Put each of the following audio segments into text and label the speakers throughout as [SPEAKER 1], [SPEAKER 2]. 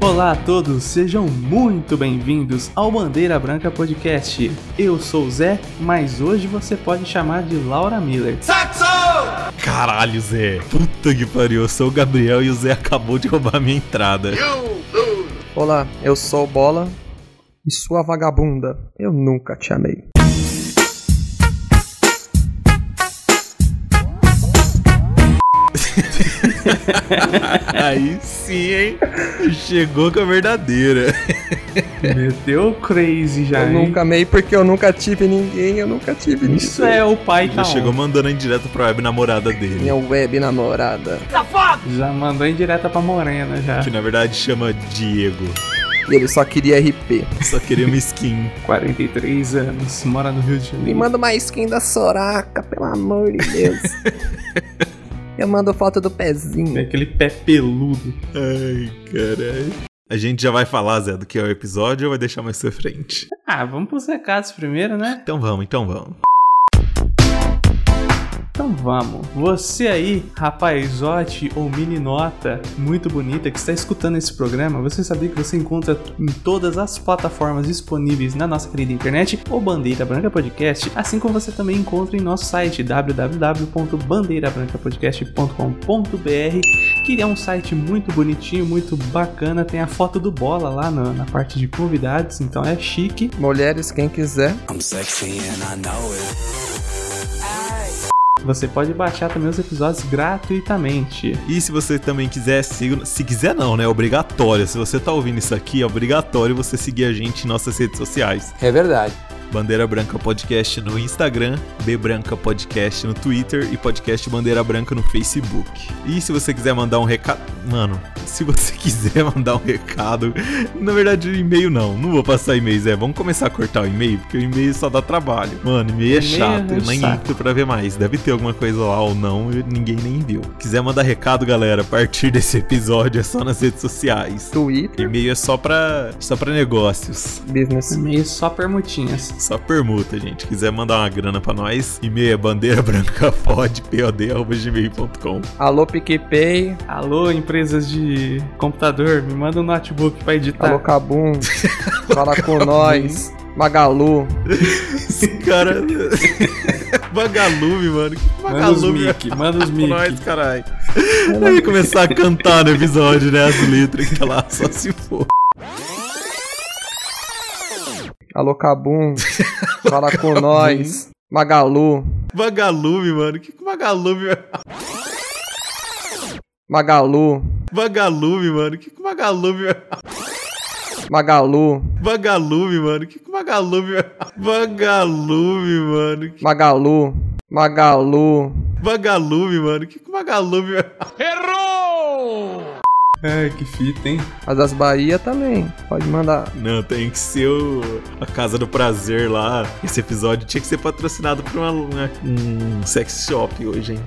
[SPEAKER 1] Olá a todos, sejam muito bem-vindos ao Bandeira Branca Podcast. Eu sou o Zé, mas hoje você pode chamar de Laura Miller.
[SPEAKER 2] Caralho, Zé. Puta que pariu, eu sou o Gabriel e o Zé acabou de roubar a minha entrada.
[SPEAKER 3] Olá, eu sou o Bola e sua vagabunda, eu nunca te amei.
[SPEAKER 2] Aí sim, hein? Chegou com a verdadeira.
[SPEAKER 1] Meteu o crazy já,
[SPEAKER 3] Eu
[SPEAKER 1] hein?
[SPEAKER 3] nunca amei porque eu nunca tive ninguém, eu nunca tive ninguém.
[SPEAKER 1] Isso é o pai
[SPEAKER 2] Já
[SPEAKER 1] tá
[SPEAKER 2] chegou mandando em direto pra web namorada dele.
[SPEAKER 3] Minha web namorada.
[SPEAKER 1] Já mandou em direta pra Morena já.
[SPEAKER 2] Que na verdade chama Diego.
[SPEAKER 3] E ele só queria RP.
[SPEAKER 2] Só queria uma skin.
[SPEAKER 1] 43 anos, mora no Rio de
[SPEAKER 3] Me
[SPEAKER 1] Janeiro.
[SPEAKER 3] manda uma skin da Soraka, pelo amor de Deus. eu mando foto do
[SPEAKER 1] É
[SPEAKER 3] pezinho.
[SPEAKER 1] aquele pé peludo.
[SPEAKER 2] Ai, caralho. A gente já vai falar, Zé, do que é o episódio ou vai deixar mais pra frente?
[SPEAKER 1] Ah, vamos pros recados primeiro, né?
[SPEAKER 2] Então vamos, então vamos.
[SPEAKER 1] Então vamos. Você aí, rapazote ou meninota muito bonita que está escutando esse programa, você sabia que você encontra em todas as plataformas disponíveis na nossa querida internet o Bandeira Branca Podcast, assim como você também encontra em nosso site www.bandeirabrancapodcast.com.br que é um site muito bonitinho, muito bacana, tem a foto do Bola lá na, na parte de convidados, então é chique.
[SPEAKER 3] Mulheres, quem quiser.
[SPEAKER 1] Você pode baixar também os episódios gratuitamente.
[SPEAKER 2] E se você também quiser, siga. Se quiser, não, né? É obrigatório. Se você tá ouvindo isso aqui, é obrigatório você seguir a gente em nossas redes sociais.
[SPEAKER 4] É verdade.
[SPEAKER 2] Bandeira Branca Podcast no Instagram, B Branca Podcast no Twitter e Podcast Bandeira Branca no Facebook. E se você quiser mandar um recado. Mano, se você quiser mandar um recado. Na verdade, e-mail não. Não vou passar e-mail, Zé. Vamos começar a cortar o e-mail, porque o e-mail só dá trabalho. Mano, e-mail é
[SPEAKER 1] E-mail é
[SPEAKER 2] chato. Eu
[SPEAKER 1] um
[SPEAKER 2] nem
[SPEAKER 1] saco.
[SPEAKER 2] entro pra ver mais. Deve ter alguma coisa lá ou não, e ninguém nem viu. Quiser mandar recado, galera, a partir desse episódio é só nas redes sociais.
[SPEAKER 3] Twitter,
[SPEAKER 2] E-mail é só pra, só pra negócios.
[SPEAKER 3] business.
[SPEAKER 1] Meio só permutinhas.
[SPEAKER 2] Só permuta, gente. Quiser mandar uma grana pra nós, e-mail é bandeirabrancapod.pod.gmail.com
[SPEAKER 3] Alô, PicPay.
[SPEAKER 1] Alô, empresas de computador, me manda um notebook pra editar.
[SPEAKER 3] Alô, Cabum. Fala com nós. Magalu.
[SPEAKER 2] Esse cara... Vagalume, mano. Que
[SPEAKER 1] manda os
[SPEAKER 2] Vagalume
[SPEAKER 1] mic, manda os
[SPEAKER 2] com nós,
[SPEAKER 1] mic.
[SPEAKER 2] caralho. Aí ia começar a cantar no episódio, né? As letras que tá lá, só se for.
[SPEAKER 3] Alô, Cabum. Fala com nós. Magalu.
[SPEAKER 2] Vagalume, mano. Que que vagalume... é-
[SPEAKER 3] Magalu.
[SPEAKER 2] Vagalume, mano. Que que vagalume... é-
[SPEAKER 3] Magalu.
[SPEAKER 2] Vagalume, mano. Que que vagalume... é- Vagalume, mano. Que-
[SPEAKER 3] Magalu. Magalu.
[SPEAKER 2] Vagalume, mano. Que que vagalume... é-
[SPEAKER 1] Ai, que fita, hein?
[SPEAKER 3] As das Bahia também. Pode mandar.
[SPEAKER 2] Não, tem que ser o... a Casa do Prazer lá. Esse episódio tinha que ser patrocinado por uma, uma- um sex shop hoje, hein?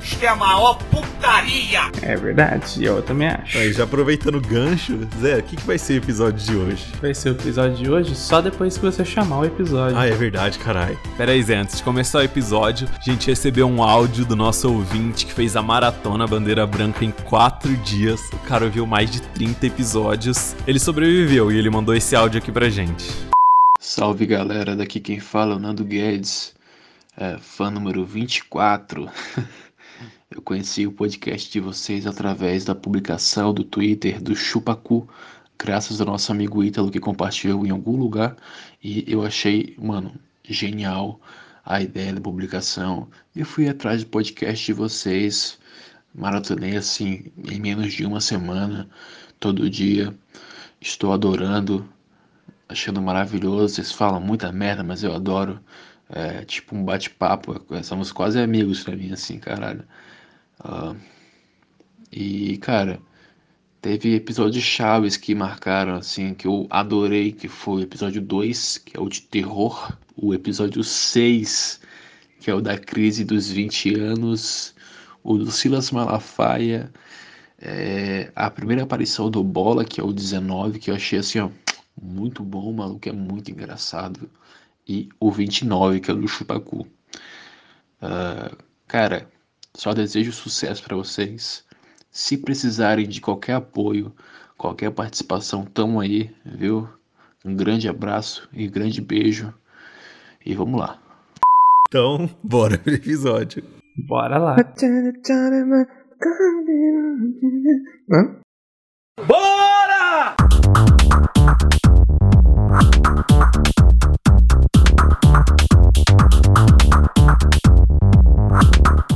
[SPEAKER 1] É verdade, eu também acho.
[SPEAKER 2] Aí, já aproveitando o gancho, Zé, o que, que vai ser o episódio de hoje?
[SPEAKER 1] Vai ser o episódio de hoje só depois que você chamar o episódio.
[SPEAKER 2] Ah, é verdade, caralho. Pera aí, Zé, antes de começar o episódio, a gente recebeu um áudio do nosso ouvinte que fez a maratona Bandeira Branca em quatro dias. O cara ouviu mais de 30 episódios. Ele sobreviveu e ele mandou esse áudio aqui pra gente.
[SPEAKER 5] Salve galera, daqui quem fala é o Nando Guedes, é, fã número 24. Eu conheci o podcast de vocês através da publicação do Twitter do Chupacu, graças ao nosso amigo Ítalo que compartilhou em algum lugar e eu achei, mano, genial a ideia da publicação. Eu fui atrás do podcast de vocês, maratonei assim em menos de uma semana, todo dia. Estou adorando achando maravilhoso. Vocês falam muita merda, mas eu adoro. É tipo um bate-papo. é- Somos quase amigos pra mim, assim, caralho. Ah, e, cara, teve episódios chaves que marcaram, assim, que eu adorei, que foi o episódio 2, que é o de terror. O episódio 6, que é o da crise dos 20 anos. O do Silas Malafaia. é, a primeira aparição do Bola, que é o 19, que eu achei assim, ó, muito bom, o maluco é muito engraçado. E o 29, que é o do Chupacu. Ah, cara, só desejo sucesso pra vocês. Se precisarem de qualquer apoio, Qualquer participação, tamo aí, viu? Um grande abraço e grande beijo. E vamos lá.
[SPEAKER 2] Então, bora pro episódio.
[SPEAKER 1] Bora lá.
[SPEAKER 3] Hã?
[SPEAKER 1] Bora!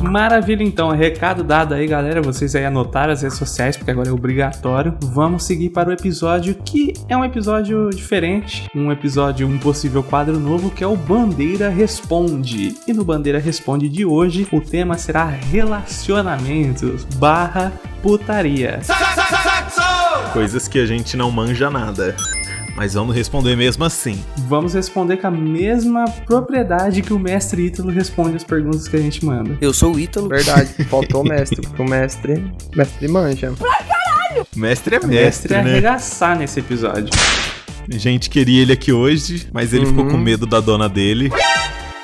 [SPEAKER 1] Maravilha, então. Recado dado aí, galera. Vocês aí anotaram as redes sociais, porque agora é obrigatório. Vamos seguir para o episódio que é um episódio diferente. Um episódio, um possível quadro novo, que é o Bandeira Responde. E no Bandeira Responde de hoje, o tema será relacionamentos barra putaria.
[SPEAKER 2] Coisas que a gente não manja nada. Mas vamos responder mesmo assim.
[SPEAKER 1] Vamos responder com a mesma propriedade que o mestre Ítalo responde as perguntas que a gente manda.
[SPEAKER 4] Eu sou o Ítalo.
[SPEAKER 3] Verdade, faltou o mestre, porque o mestre. Mestre manja.
[SPEAKER 2] Mestre é
[SPEAKER 1] O mestre
[SPEAKER 2] mestre,
[SPEAKER 1] é
[SPEAKER 2] né?
[SPEAKER 1] arregaçar nesse episódio.
[SPEAKER 2] A gente queria ele aqui hoje, mas ele ficou
[SPEAKER 3] Uhum.
[SPEAKER 2] com medo da dona dele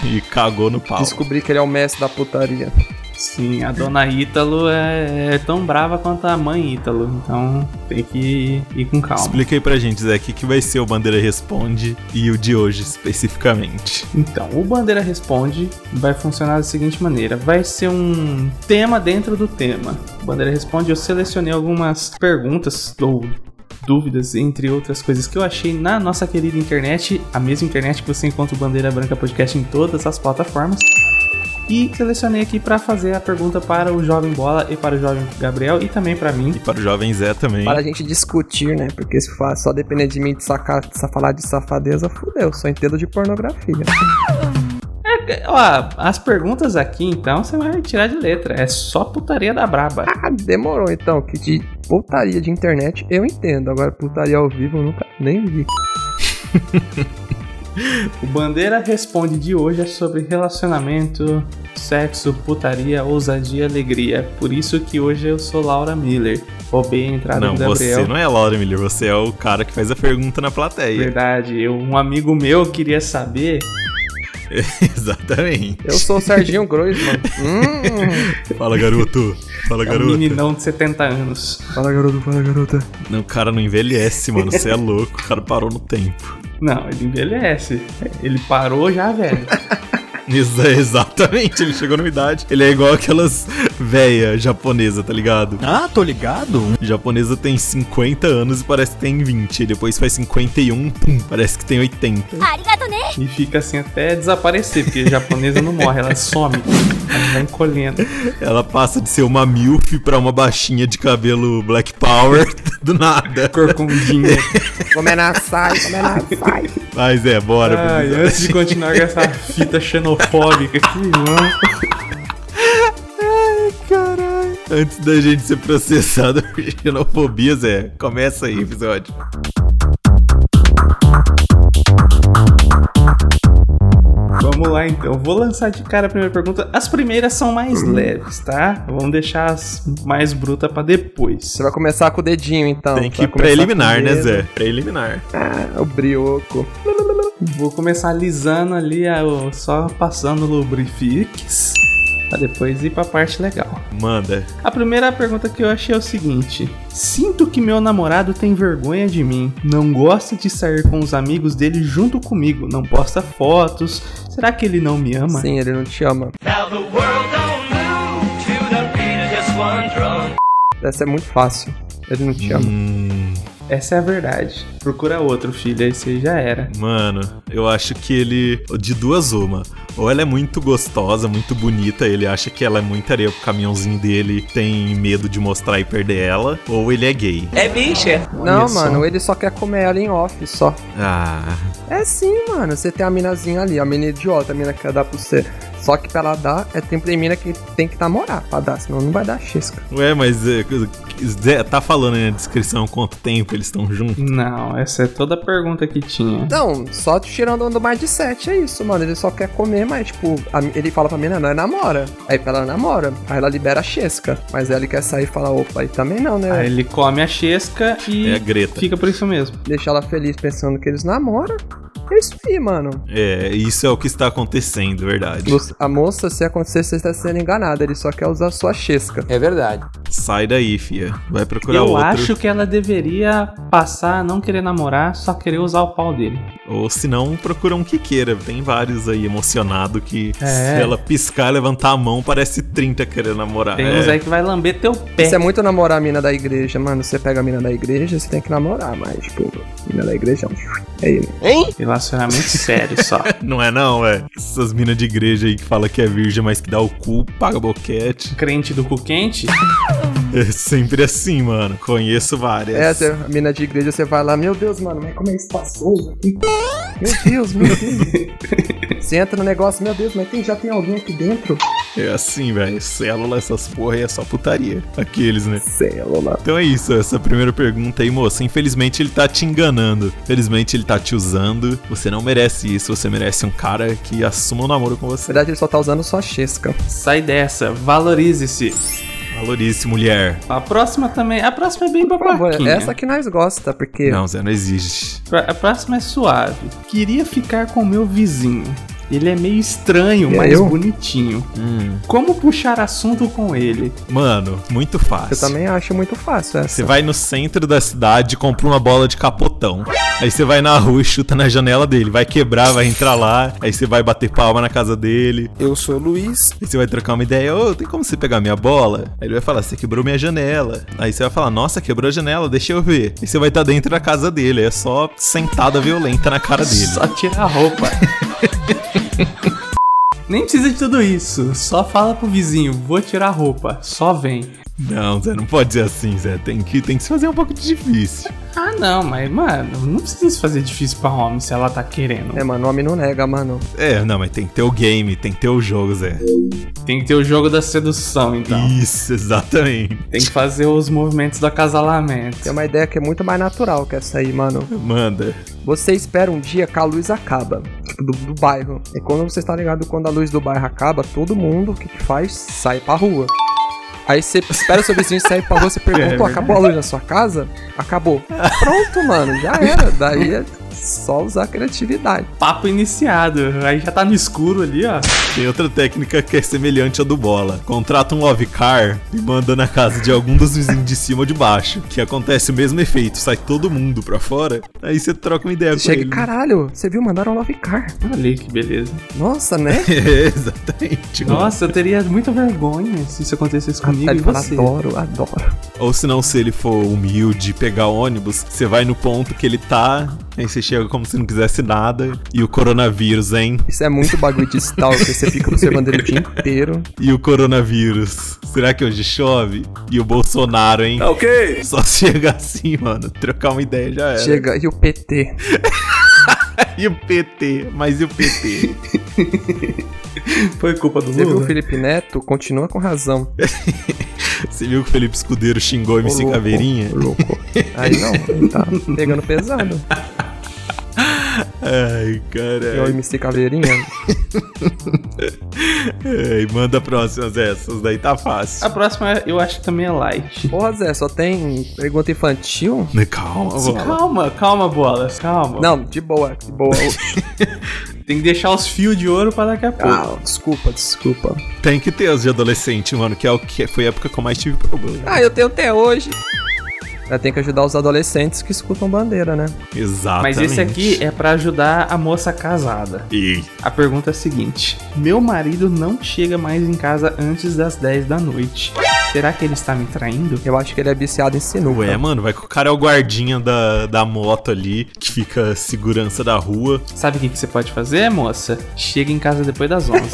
[SPEAKER 2] e cagou no pau.
[SPEAKER 3] Descobri que ele é o mestre da putaria.
[SPEAKER 1] Sim, a dona Ítalo é, é tão brava quanto a mãe Ítalo, então tem que ir, ir com calma.
[SPEAKER 2] Explica aí pra gente, Zé, o que, que vai ser o Bandeira Responde e o de hoje especificamente.
[SPEAKER 1] Então, o Bandeira Responde vai funcionar da seguinte maneira: vai ser um tema dentro do tema. O Bandeira Responde, eu selecionei algumas perguntas ou dúvidas, entre outras coisas que eu achei na nossa querida internet, a mesma internet que você encontra o Bandeira Branca Podcast em todas as plataformas. E selecionei aqui para fazer a pergunta para o jovem Bola e para o jovem Gabriel e também para mim.
[SPEAKER 2] E para o jovem Zé também.
[SPEAKER 3] Para a gente discutir, né? Porque se fa- só depender de mim de sacar, de sa- falar de safadeza, fudeu. Só entendo de pornografia.
[SPEAKER 1] Ó, as perguntas aqui então você vai tirar de letra, é só putaria da braba.
[SPEAKER 3] Ah, demorou então, que de putaria de internet eu entendo. Agora putaria ao vivo eu nunca nem vi.
[SPEAKER 1] O Bandeira Responde de hoje é sobre relacionamento, sexo, putaria, ousadia e alegria. Por isso que hoje eu sou Laura Miller. Roubei a entrada
[SPEAKER 2] Não,
[SPEAKER 1] do Gabriel.
[SPEAKER 2] você não é Laura Miller, você é o cara que faz a pergunta na plateia.
[SPEAKER 1] Verdade, eu- um amigo meu queria saber.
[SPEAKER 2] Exatamente.
[SPEAKER 3] Eu sou o Serginho Groisman. Hum.
[SPEAKER 2] Fala, garoto. Fala,
[SPEAKER 1] É um
[SPEAKER 2] garoto.
[SPEAKER 1] meninão de 70 anos.
[SPEAKER 3] Fala garoto, fala garota.
[SPEAKER 2] Não, o cara não envelhece, mano. Você é louco. O cara parou no tempo.
[SPEAKER 1] Não, ele envelhece. Ele parou já, velho.
[SPEAKER 2] Exa- exatamente, ele chegou numa idade. Ele é igual aquelas véia japonesa, tá ligado?
[SPEAKER 4] Ah, tô ligado.
[SPEAKER 2] Japonesa tem 50 anos e parece que tem 20. E depois faz 51, pum, parece que tem 80.
[SPEAKER 6] né?
[SPEAKER 1] E fica assim até desaparecer, porque japonesa não morre, ela some. Ela vai encolhendo.
[SPEAKER 2] Ela passa de ser uma MILF pra uma baixinha de cabelo Black Power do nada.
[SPEAKER 1] Corcundinha.
[SPEAKER 3] Comenaçai, comenaçai.
[SPEAKER 2] Mas é, bora.
[SPEAKER 1] Ai,
[SPEAKER 2] pro episódio.
[SPEAKER 1] antes de continuar com essa fita xenofóbica aqui, vamos.
[SPEAKER 2] Caralho. Antes da gente ser processado por xenofobia, Zé, começa aí o episódio.
[SPEAKER 1] Vamos lá então, vou lançar de cara a primeira pergunta. As primeiras são mais leves, tá? Vamos deixar as mais brutas pra depois.
[SPEAKER 3] Você vai começar com o dedinho então.
[SPEAKER 2] Tem
[SPEAKER 3] Você
[SPEAKER 2] que
[SPEAKER 3] vai começar
[SPEAKER 2] preliminar,
[SPEAKER 3] com o
[SPEAKER 2] né,
[SPEAKER 3] dedo.
[SPEAKER 2] Zé? Preliminar.
[SPEAKER 3] Ah, o brioco.
[SPEAKER 1] Vou começar alisando ali, ah, eu só passando lubrifiques, pra depois ir pra parte legal.
[SPEAKER 2] Manda.
[SPEAKER 1] A primeira pergunta que eu achei é o seguinte: Sinto que meu namorado tem vergonha de mim, não gosta de sair com os amigos dele junto comigo, não posta fotos. Será que ele não me ama?
[SPEAKER 3] Sim, ele não te ama. Essa é muito fácil. Ele não te ama.
[SPEAKER 2] Hum,
[SPEAKER 1] Essa é a verdade. Procura outro, filho, aí você já era.
[SPEAKER 2] mano, eu acho que ele. De duas, uma. Ou ela é muito gostosa, muito bonita, ele acha que ela é muito areia pro caminhãozinho dele, tem medo de mostrar e perder ela. Ou ele é gay.
[SPEAKER 4] É bicha.
[SPEAKER 3] Não,
[SPEAKER 1] Olha só.
[SPEAKER 3] mano, ele só quer comer ela em off só.
[SPEAKER 2] Ah.
[SPEAKER 3] É sim, mano. Você tem a minazinha ali, a mina é idiota, a mina que quer dar pra você. Só que pra ela dar, é tem tem mina que tem que namorar pra dar, senão não vai dar xisca.
[SPEAKER 2] Ué, mas. é, Zé, tá falando aí na descrição quanto tempo eles estão juntos?
[SPEAKER 1] Não, essa é toda a pergunta que tinha.
[SPEAKER 3] Então, só te tirando do mais de sete, é isso, mano. Ele só quer comer, mas, tipo, a- ele fala pra mina, não, é namora. Aí ela namora, aí ela libera a xesca. Mas ela quer sair e falar, opa, aí também não, né?
[SPEAKER 1] Aí ele come a chesca e
[SPEAKER 2] É a Greta.
[SPEAKER 1] fica por isso mesmo.
[SPEAKER 3] Deixar ela feliz pensando que eles namoram. É isso aí, mano.
[SPEAKER 2] É, isso é o que está acontecendo, verdade.
[SPEAKER 3] tá Você- A moça, se acontecer, você está sendo enganada. Ele só quer usar sua xesca.
[SPEAKER 4] É verdade.
[SPEAKER 2] Sai daí, fia. Vai procurar
[SPEAKER 1] Eu
[SPEAKER 2] outro.
[SPEAKER 1] acho que ela deveria passar a não querer namorar, só querer usar o pau dele.
[SPEAKER 2] Ou se não, procura um que queira. Tem vários aí emocionado que
[SPEAKER 1] É.
[SPEAKER 2] se ela piscar, levantar a mão, parece 30 querendo namorar.
[SPEAKER 1] Tem
[SPEAKER 2] É.
[SPEAKER 1] uns aí que vai lamber teu pé.
[SPEAKER 3] Isso é muito namorar a mina da igreja, mano. Você pega a mina da igreja, você tem que namorar, mas, tipo, mina da igreja é um- é ele.
[SPEAKER 1] Relacionamento sério só.
[SPEAKER 2] Não é não, é. Essas minas de igreja aí que fala que é virgem, mas que dá o cu, paga boquete.
[SPEAKER 1] Crente do cu quente?
[SPEAKER 2] É sempre assim, mano. Conheço várias.
[SPEAKER 3] É, você, a mina de igreja, você vai lá, meu Deus, mano, mas como é espaçoso aqui. Meu Deus, meu Deus. Você entra no negócio, meu Deus, mas tem, já tem alguém aqui dentro?
[SPEAKER 2] É assim, velho. Célula, essas porra aí é só putaria. Aqueles, né?
[SPEAKER 3] Célula.
[SPEAKER 2] Então é isso, essa primeira pergunta aí, moça. Infelizmente ele tá te enganando. Infelizmente ele tá te usando. Você não merece isso. Você merece um cara que assuma um namoro com
[SPEAKER 3] Na
[SPEAKER 2] você.
[SPEAKER 3] verdade, ele só tá usando sua chesca.
[SPEAKER 1] Sai dessa, valorize-se.
[SPEAKER 2] Valorize, mulher.
[SPEAKER 1] A próxima também. A próxima é bem
[SPEAKER 3] Por favor,
[SPEAKER 1] babaquinha.
[SPEAKER 3] essa que nós gosta, porque
[SPEAKER 2] Não, Zé, não existe.
[SPEAKER 1] Pra- A próxima é suave. Queria ficar com meu vizinho. Ele é meio estranho,
[SPEAKER 3] É
[SPEAKER 1] mas
[SPEAKER 3] eu?
[SPEAKER 1] bonitinho. Como puxar assunto com ele?
[SPEAKER 2] Mano, muito
[SPEAKER 3] eu
[SPEAKER 2] fácil.
[SPEAKER 3] também acho muito fácil
[SPEAKER 2] Você
[SPEAKER 3] essa.
[SPEAKER 2] vai no centro da cidade, compra uma bola de capotão. Aí você vai na rua e chuta na janela dele. Vai quebrar, vai entrar lá. Aí você vai bater palma na casa dele.
[SPEAKER 4] Eu sou o Luiz.
[SPEAKER 2] Aí você vai trocar uma ideia. Ô, tem como você pegar minha bola? Aí ele vai falar: Você quebrou minha janela. Aí você vai falar: Nossa, quebrou a janela, deixa eu ver. E você vai estar dentro da casa dele. É só sentada violenta na cara Tá dele.
[SPEAKER 1] Só tira a roupa. Nem precisa de tudo isso. Só fala pro vizinho, vou tirar a roupa. Só vem.
[SPEAKER 2] Não, Zé, não pode ser assim, Zé. Tem que, tem que se fazer um pouco de difícil.
[SPEAKER 1] Ah não, mas mano, não precisa se fazer difícil pra homem se ela tá querendo.
[SPEAKER 3] É, mano, homem não nega, mano.
[SPEAKER 2] É, não, mas tem que ter o game, tem que ter o jogo, Zé.
[SPEAKER 1] Tem que ter o jogo da sedução,
[SPEAKER 4] Tá.
[SPEAKER 1] então.
[SPEAKER 2] Isso, exatamente.
[SPEAKER 1] Tem que fazer os movimentos do acasalamento.
[SPEAKER 3] Tem uma ideia que é muito mais natural que essa aí, mano.
[SPEAKER 2] Manda.
[SPEAKER 3] Você espera um dia que a luz acaba, tipo, do, do bairro. E quando você está ligado, quando a luz do bairro acaba, todo mundo, o que, que faz? Sai pra rua. Aí você espera o seu vizinho sair pra rua, você pergunta,
[SPEAKER 1] É
[SPEAKER 3] "Pô, acabou a luz na sua casa? Acabou. Pronto, mano, já era. Daí é só usar a criatividade.
[SPEAKER 1] um Papo iniciado. Aí já tá no escuro ali, ó.
[SPEAKER 2] Tem outra técnica que é semelhante à do bola. Contrata um love car e manda na casa de algum dos vizinhos de cima ou de baixo. Que acontece o mesmo efeito, sai todo mundo pra fora, aí você troca uma ideia
[SPEAKER 3] Você
[SPEAKER 2] com
[SPEAKER 3] chega e,
[SPEAKER 2] ele.
[SPEAKER 3] caralho, você viu, mandaram um love car.
[SPEAKER 1] Olha aí que beleza.
[SPEAKER 3] Nossa, né?
[SPEAKER 2] É, exatamente.
[SPEAKER 1] Nossa, eu teria muita vergonha se isso acontecesse comigo
[SPEAKER 3] Aí
[SPEAKER 1] e
[SPEAKER 3] ele fala,
[SPEAKER 1] você.
[SPEAKER 3] adoro, adoro.
[SPEAKER 2] Ou se não, se ele for humilde e pegar ônibus, você vai no ponto que ele tá, aí você chega como se não quisesse nada. E o coronavírus, hein?
[SPEAKER 3] Isso é muito bagulho de stalker, você fica observando ele o dia inteiro.
[SPEAKER 2] E o coronavírus? Será que hoje chove? E o Bolsonaro, hein?
[SPEAKER 4] ok.
[SPEAKER 2] Só chega assim, mano. Trocar uma ideia
[SPEAKER 1] É.
[SPEAKER 2] já era.
[SPEAKER 3] Chega, e o PT?
[SPEAKER 2] E o PT? Mas e o PT?
[SPEAKER 1] Foi culpa do
[SPEAKER 3] Você viu o
[SPEAKER 1] Lula?
[SPEAKER 3] Felipe Neto? Continua com razão.
[SPEAKER 2] Você viu que o Felipe Escudeiro xingou
[SPEAKER 3] Ô,
[SPEAKER 2] MC
[SPEAKER 3] louco,
[SPEAKER 2] Caveirinha?
[SPEAKER 3] ô, Louco. Aí não, ele tá pegando pesado.
[SPEAKER 2] Ai,
[SPEAKER 3] E o
[SPEAKER 2] caralho.
[SPEAKER 3] MC Caveirinha.
[SPEAKER 2] Ai, manda próximas essas, daí tá
[SPEAKER 1] A
[SPEAKER 2] fácil.
[SPEAKER 1] próxima eu acho que também é light.
[SPEAKER 3] Porra, Zé, só tem pergunta infantil?
[SPEAKER 2] Né, Calma, vó.
[SPEAKER 1] Calma, calma, bolas, calma.
[SPEAKER 3] Não, de boa, de boa.
[SPEAKER 1] Tem que deixar os fios de ouro pra daqui a pouco.
[SPEAKER 3] Ah, desculpa, desculpa.
[SPEAKER 2] Tem que ter as de adolescente, mano, que é o que foi a época que eu mais tive problema.
[SPEAKER 3] Ah, eu tenho até hoje. Eu tenho que ajudar os adolescentes que escutam bandeira, né?
[SPEAKER 2] Ah.
[SPEAKER 1] Mas
[SPEAKER 2] Exatamente.
[SPEAKER 1] esse aqui é pra ajudar a moça casada.
[SPEAKER 2] Ih,
[SPEAKER 1] A pergunta é a seguinte: Meu marido não chega mais em casa antes das 10 da noite. Será que ele está me traindo?
[SPEAKER 3] Eu acho que ele é viciado em sinuca.
[SPEAKER 2] Ué, mano, vai que o cara Então é o guardinha da, da moto ali, que fica segurança da rua.
[SPEAKER 1] Sabe o que, que você pode fazer, moça? Chega em casa depois das 11.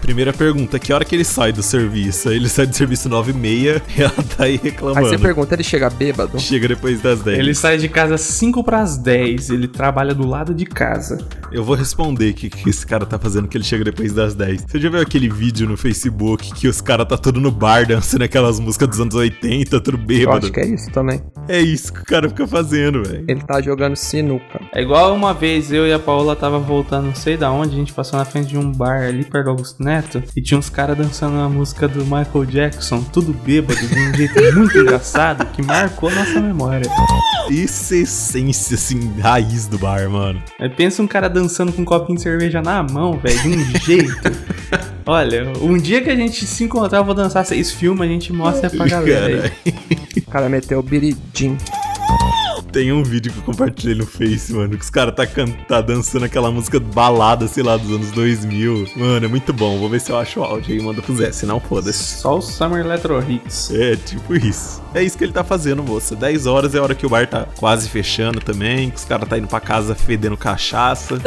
[SPEAKER 2] Primeira pergunta, que hora que ele sai do serviço? Ele sai do serviço 9 e meia, e ela tá aí
[SPEAKER 3] Aí você
[SPEAKER 2] reclamando.
[SPEAKER 3] pergunta, ele chega bêbado?
[SPEAKER 2] Chega depois das 10.
[SPEAKER 1] ele sai de casa 5 pras 10. Ele trabalha do lado de casa.
[SPEAKER 2] Eu vou responder o que, que esse cara tá fazendo que ele chega depois das 10. Você já viu aquele vídeo no Facebook que os caras tá tudo no bar dançando aquelas músicas dos anos 80, tudo
[SPEAKER 3] Eu
[SPEAKER 2] bêbado?
[SPEAKER 3] acho que é isso também.
[SPEAKER 2] É isso que o cara fica fazendo, velho.
[SPEAKER 3] Ele tá jogando sinuca.
[SPEAKER 1] É igual uma vez eu e a Paola tava voltando, não sei da onde, a gente passou na frente de um bar ali perto do Augusto Neto e tinha uns caras dançando uma música do Michael Jackson, tudo bêbado, de um jeito muito engraçado, que marcou nossa memória.
[SPEAKER 2] Isso é essência, assim, raiz do bar, mano.
[SPEAKER 1] Aí pensa um cara dançando com um copinho de cerveja na mão, velho, de um jeito. Olha, um dia que a gente se encontrar, eu vou dançar seis filmes, a gente mostra pra galera aí.
[SPEAKER 2] Caralho.
[SPEAKER 3] O cara meteu o biridim.
[SPEAKER 2] Tem um vídeo que eu compartilhei no Face, mano, que os caras tá, can- tá dançando aquela música balada, sei lá, dos anos 2000. Mano, é muito bom. Vou ver se eu acho o áudio aí e manda pro Zé, se não, foda-se.
[SPEAKER 1] Só o Summer Electro Hits.
[SPEAKER 2] É, tipo isso. É isso que ele tá fazendo, moça. 10 horas é a hora que o bar tá quase fechando também, que os caras tá indo pra casa fedendo cachaça.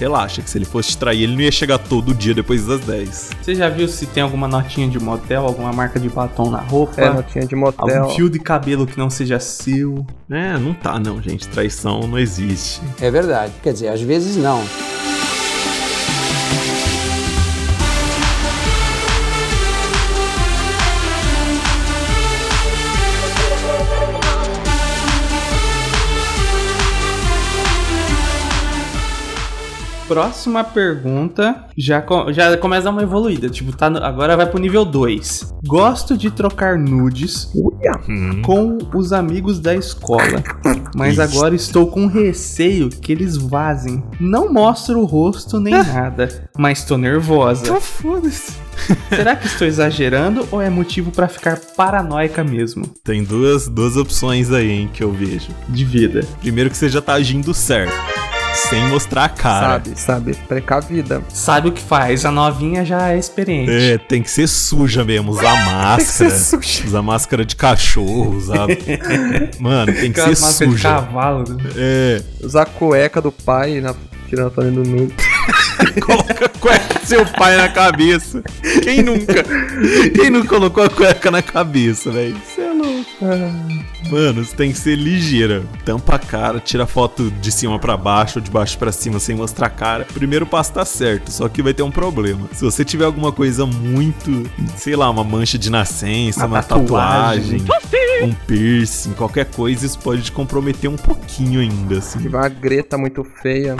[SPEAKER 2] Relaxa, que se ele fosse te trair, ele não ia chegar todo dia depois das 10.
[SPEAKER 1] Você já viu se tem alguma notinha de motel, alguma marca de batom na roupa?
[SPEAKER 3] É, notinha de motel.
[SPEAKER 1] Algum fio de cabelo que não seja seu.
[SPEAKER 2] É, não tá não, gente. Traição não existe.
[SPEAKER 7] É verdade. Quer dizer, às vezes não.
[SPEAKER 1] Próxima pergunta. Já, co- já começa a dar uma evoluída. Tipo, tá no- agora vai pro nível 2. Gosto de trocar nudes
[SPEAKER 3] Uia.
[SPEAKER 1] com os amigos da escola. Mas
[SPEAKER 2] Hum. Ixi.
[SPEAKER 1] agora estou com receio que eles vazem. Não mostro o rosto nem nada. Mas tô nervosa.
[SPEAKER 2] Então foda-se.
[SPEAKER 1] Será que estou exagerando ou é motivo pra ficar paranoica mesmo?
[SPEAKER 2] Tem duas, duas opções aí, hein, que eu vejo.
[SPEAKER 1] De vida.
[SPEAKER 2] Primeiro que você já tá agindo certo. Sem mostrar a cara.
[SPEAKER 3] Sabe, sabe? Precavida.
[SPEAKER 1] Sabe o que faz? A novinha já é experiente.
[SPEAKER 2] É, tem que ser suja mesmo, usar
[SPEAKER 3] Tem que ser
[SPEAKER 2] máscara.
[SPEAKER 3] sushi.
[SPEAKER 2] Usar máscara de cachorro, usar. Mano, tem que
[SPEAKER 1] Aquela
[SPEAKER 2] ser
[SPEAKER 1] máscara de
[SPEAKER 2] suja.
[SPEAKER 1] cavalo. né?
[SPEAKER 2] É,
[SPEAKER 3] Usar a cueca do pai na... tirando a pane do nude.
[SPEAKER 2] coloca a cueca do seu pai na cabeça. Quem nunca? Quem nunca colocou a cueca na cabeça, velho? Isso é louco. Mano, você tem que ser ligeira. Tampa a cara, tira a foto de cima pra baixo ou de baixo pra cima sem mostrar a cara. Primeiro passo tá certo, só que vai ter um problema. Se você tiver alguma coisa muito, sei lá, uma mancha de nascença,
[SPEAKER 1] Uma
[SPEAKER 2] uma, tatuagem, um piercing, qualquer coisa, isso pode te comprometer um pouquinho ainda, assim.
[SPEAKER 3] Tiver uma greta muito feia.